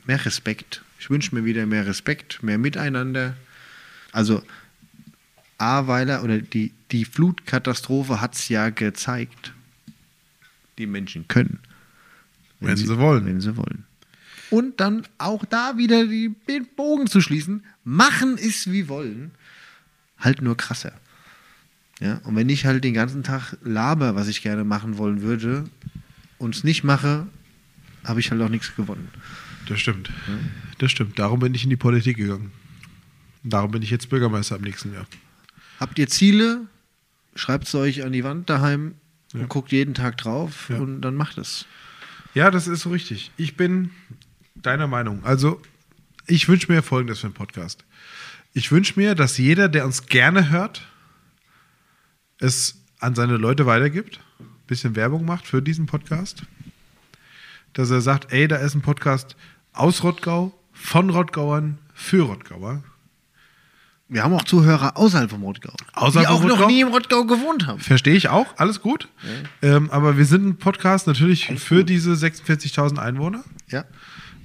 S2: mehr Respekt. Ich wünsche mir wieder mehr Respekt, mehr Miteinander. Also Ahrweiler oder die, die Flutkatastrophe hat es ja gezeigt. Die Menschen können.
S1: Wenn sie wollen.
S2: Wenn sie wollen. Und dann auch da wieder die, den Bogen zu schließen. Machen ist wie wollen. Halt nur krasser. Ja? Und wenn ich halt den ganzen Tag laber, was ich gerne machen wollen würde, und es nicht mache, habe ich halt auch nichts gewonnen.
S1: Das stimmt. Das stimmt. Darum bin ich in die Politik gegangen. Darum bin ich jetzt Bürgermeister am nächsten Jahr.
S2: Habt ihr Ziele? Schreibt es euch an die Wand daheim und guckt jeden Tag drauf
S1: Ja.
S2: und dann macht es.
S1: Ja, das ist so richtig. Ich bin deiner Meinung. Also, ich wünsche mir Folgendes für den Podcast. Ich wünsche mir, dass jeder, der uns gerne hört, es an seine Leute weitergibt, ein bisschen Werbung macht für diesen Podcast. Dass er sagt, ey, da ist ein Podcast aus Rottgau, von Rottgauern, für Rottgauer.
S2: Wir haben auch Zuhörer außerhalb vom Rottgau,
S1: Außerhalb
S2: die auch
S1: vom
S2: noch
S1: Rottgau?
S2: nie im Rottgau gewohnt haben.
S1: Verstehe ich auch, alles gut. Ähm, aber wir sind ein Podcast natürlich für diese 46.000 Einwohner.
S2: Ja.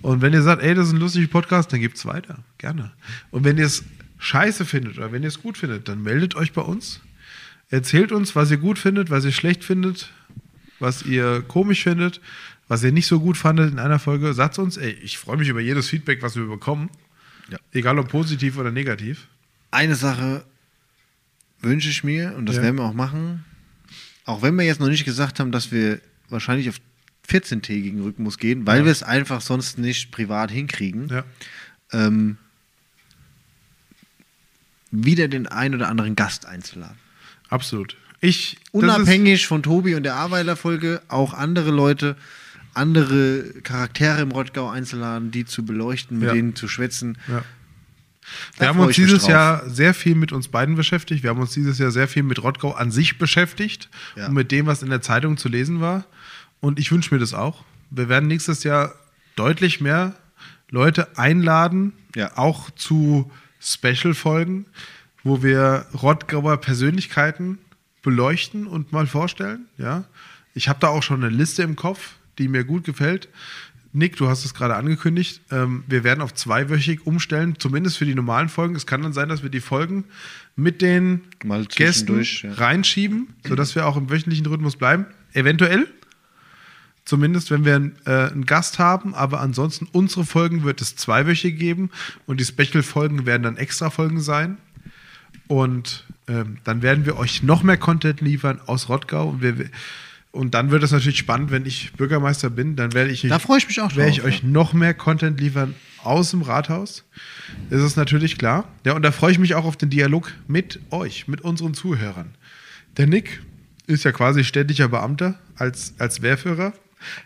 S1: Und wenn ihr sagt, ey, das ist ein lustiger Podcast, dann gibt's weiter. Gerne. Und wenn ihr es scheiße findet oder wenn ihr es gut findet, dann meldet euch bei uns. Erzählt uns, was ihr gut findet, was ihr schlecht findet, was ihr komisch findet, was ihr nicht so gut fandet in einer Folge. Sagt uns, ey, ich freue mich über jedes Feedback, was wir bekommen.
S2: Ja.
S1: Egal ob positiv oder negativ.
S2: Eine Sache wünsche ich mir, und das
S1: Ja.
S2: werden wir auch machen, auch wenn wir jetzt noch nicht gesagt haben, dass wir wahrscheinlich auf 14-tägigen Rhythmus gehen, weil wir es einfach sonst nicht privat hinkriegen,
S1: Ja.
S2: ähm, wieder den einen oder anderen Gast einzuladen.
S1: Absolut. Ich. das ist-
S2: Unabhängig von Tobi und der Aweiler-Folge auch andere Leute, andere Charaktere im Rottgau einzuladen, die zu beleuchten, mit
S1: Ja.
S2: denen zu schwätzen.
S1: Ja.
S2: Da
S1: Wir haben
S2: freu
S1: uns
S2: ich mich
S1: dieses
S2: drauf.
S1: Jahr sehr viel mit uns beiden beschäftigt. Wir haben uns dieses Jahr sehr viel mit Rottgau an sich beschäftigt
S2: Ja.
S1: und mit dem, was in der Zeitung zu lesen war. Und ich wünsche mir das auch. Wir werden nächstes Jahr deutlich mehr Leute einladen,
S2: Ja.
S1: auch zu Special-Folgen, wo wir Rottgauer Persönlichkeiten beleuchten und mal vorstellen. Ja. Ich habe da auch schon eine Liste im Kopf, die mir gut gefällt. Nick, du hast es gerade angekündigt. Ähm, wir werden auf zweiwöchig umstellen, zumindest für die normalen Folgen. Es kann dann sein, dass wir die Folgen mit den
S3: Mal
S1: Gästen
S3: zwischendurch, ja.
S1: reinschieben, sodass wir auch im wöchentlichen Rhythmus bleiben. Eventuell. Zumindest, wenn wir äh, einen Gast haben. Aber ansonsten, unsere Folgen wird es zweiwöchig geben. Und die Special-Folgen werden dann extra Folgen sein. Und ähm, dann werden wir euch noch mehr Content liefern aus Rottgau. Und, wir, und dann wird es natürlich spannend, wenn ich Bürgermeister bin. Dann werde ich,
S2: Da freue ich mich auch
S1: werde ich
S2: drauf,
S1: euch noch mehr Content liefern aus dem Rathaus. Das ist natürlich klar. Ja, und da freue ich mich auch auf den Dialog mit euch, mit unseren Zuhörern. Der Nick ist ja quasi städtischer Beamter als, als Wehrführer.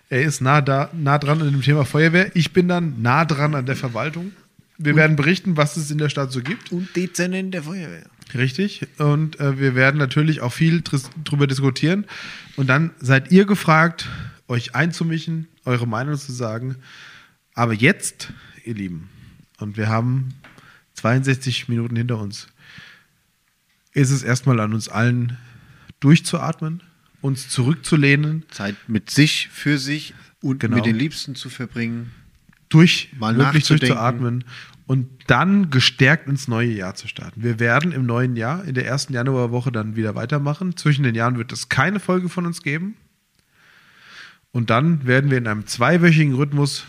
S1: Er ist nah, da, nah dran an dem Thema Feuerwehr. Ich bin dann nah dran an der Verwaltung. Wir werden berichten, was es in der Stadt so gibt.
S2: Und Dezernent der Feuerwehr.
S1: Richtig. Und äh, wir werden natürlich auch viel dris- drüber diskutieren. Und dann seid ihr gefragt, euch einzumischen, eure Meinung zu sagen. Aber jetzt, ihr Lieben, und wir haben 62 Minuten hinter uns, ist es erstmal an uns allen durchzuatmen, uns zurückzulehnen,
S2: Zeit mit sich, für sich und
S1: Genau.
S2: mit den Liebsten zu verbringen.
S1: durch
S2: Mal
S1: wirklich
S2: nachzudenken.
S1: durchzuatmen und dann gestärkt ins neue Jahr zu starten. Wir werden im neuen Jahr, in der ersten Januarwoche, dann wieder weitermachen. Zwischen den Jahren wird es keine Folge von uns geben. Und dann werden wir in einem zweiwöchigen Rhythmus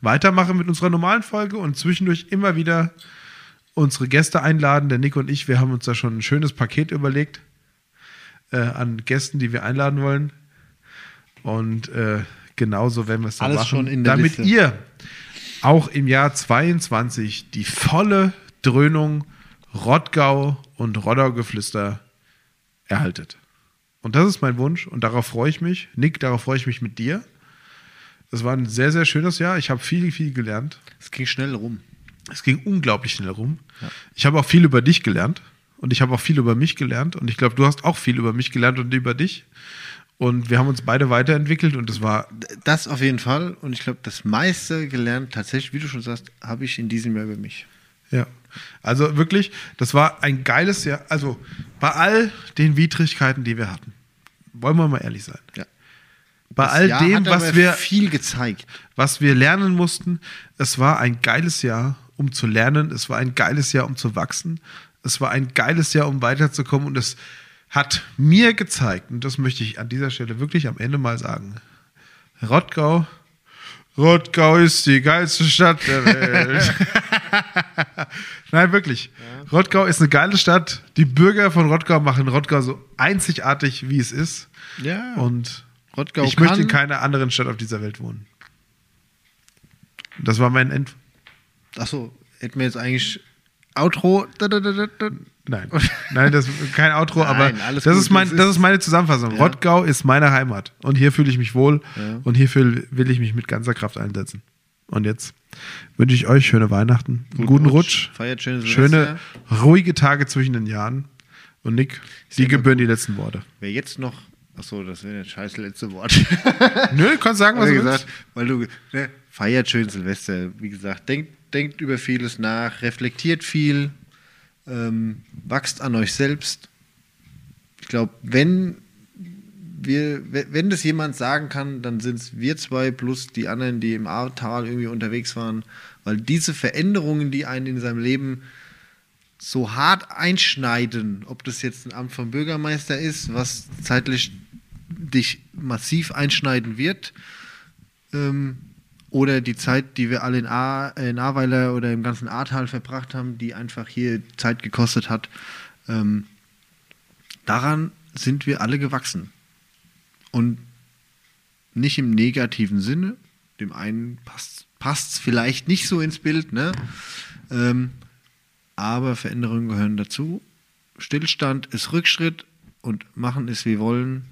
S1: weitermachen mit unserer normalen Folge und zwischendurch immer wieder unsere Gäste einladen. Der Nick und ich, wir haben uns da schon ein schönes Paket überlegt äh, an Gästen, die wir einladen wollen. Und äh, genauso werden wir es dann
S3: Alles
S1: machen,
S3: schon in der
S1: damit
S3: Liste.
S1: ihr auch im Jahr 22 die volle Dröhnung Rottgau und Roddaugeflüster erhaltet. Und das ist mein Wunsch und darauf freue ich mich. Nick, darauf freue ich mich mit dir. Es war ein sehr, sehr schönes Jahr. Ich habe viel, viel gelernt.
S2: Es ging schnell rum.
S1: Es ging unglaublich schnell rum. Ich habe auch viel über dich gelernt und ich habe auch viel über mich gelernt und ich glaube, du hast auch viel über mich gelernt und über dich. Und wir haben uns beide weiterentwickelt und es war
S2: Das auf jeden Fall. Und ich glaube, das meiste gelernt, tatsächlich, wie du schon sagst, habe ich in diesem Jahr über mich.
S1: Ja. Also wirklich, das war ein geiles Jahr. Also bei all den Widrigkeiten, die wir hatten, wollen wir mal ehrlich sein.
S2: Ja.
S1: Bei
S2: Das
S1: all
S2: Jahr
S1: dem,
S2: hat
S1: was
S2: aber
S1: wir,
S2: viel gezeigt.
S1: was wir lernen mussten, es war ein geiles Jahr, um zu lernen. Es war ein geiles Jahr, um zu wachsen. Es war ein geiles Jahr, um weiterzukommen. Und es hat mir gezeigt, und das möchte ich an dieser Stelle wirklich am Ende mal sagen: Rottgau. Rottgau ist die geilste Stadt der Welt. Nein, wirklich. Rottgau ist eine geile Stadt. Die Bürger von Rottgau machen Rottgau so einzigartig, wie es ist.
S2: Ja.
S1: Und
S2: Rottgau
S1: ich
S2: kann.
S1: möchte in keiner anderen Stadt auf dieser Welt wohnen. Das war mein End.
S2: Achso, hätten wir jetzt eigentlich Outro. Da, da, da, da, da.
S1: Nein, nein, das kein Outro,
S2: Nein,
S1: aber
S2: alles
S1: das
S2: gut,
S1: ist mein,
S2: das ist-
S1: das ist meine Zusammenfassung. Rottgau ist meine Heimat und hier fühle ich mich wohl und hierfür will ich mich mit ganzer Kraft einsetzen. Und jetzt wünsche ich euch schöne Weihnachten, einen guten Rutsch,
S2: Feiert schönes
S1: schöne
S2: Silvester.
S1: ruhige Tage zwischen den Jahren. Und Nick, die gebühren die letzten Worte.
S2: Wer jetzt noch. Achso, das wäre das scheiß letzte Wort.
S1: Nö, du kannst sagen, was
S2: Wie
S1: du
S2: gesagt,
S1: willst.
S2: weil du ne, feiert schön Silvester. Wie gesagt, denkt, denkt über vieles nach, reflektiert viel, ähm, wachst an euch selbst. Ich glaube, wenn wir, we- wenn das jemand sagen kann, dann sind es wir zwei plus die anderen, die im Ahrtal irgendwie unterwegs waren, weil diese Veränderungen, die einen in seinem Leben so hart einschneiden, ob das jetzt ein Amt vom Bürgermeister ist, was zeitlich dich massiv einschneiden wird, ähm, oder die Zeit, die wir alle in, A äh, in Ahrweiler oder im ganzen Ahrtal verbracht haben, die einfach hier Zeit gekostet hat, ähm, daran sind wir alle gewachsen. Und nicht im negativen Sinne. Dem einen passt es vielleicht nicht so ins Bild, ne? Ähm, aber Veränderungen gehören dazu. Stillstand ist Rückschritt und machen ist wie wollen,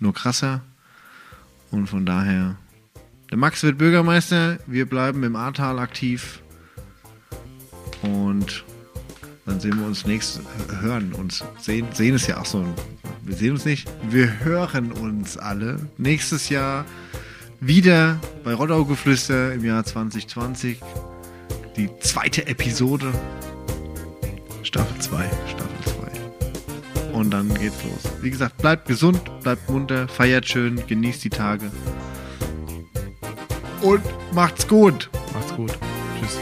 S2: nur krasser. Und von daher, der Max wird Bürgermeister, wir bleiben im Ahrtal aktiv. Und dann sehen wir uns nächstes, hören uns, sehen, sehen es ja auch so. Wir sehen uns nicht, wir hören uns alle nächstes Jahr wieder bei Rottaugeflüster im Jahr 2020. Die zweite Episode,
S1: Staffel 2.
S2: Staffel 2. Und dann geht's los. Wie gesagt, bleibt gesund, bleibt munter, feiert schön, genießt die Tage. und macht's gut.
S1: Macht's gut. Tschüss.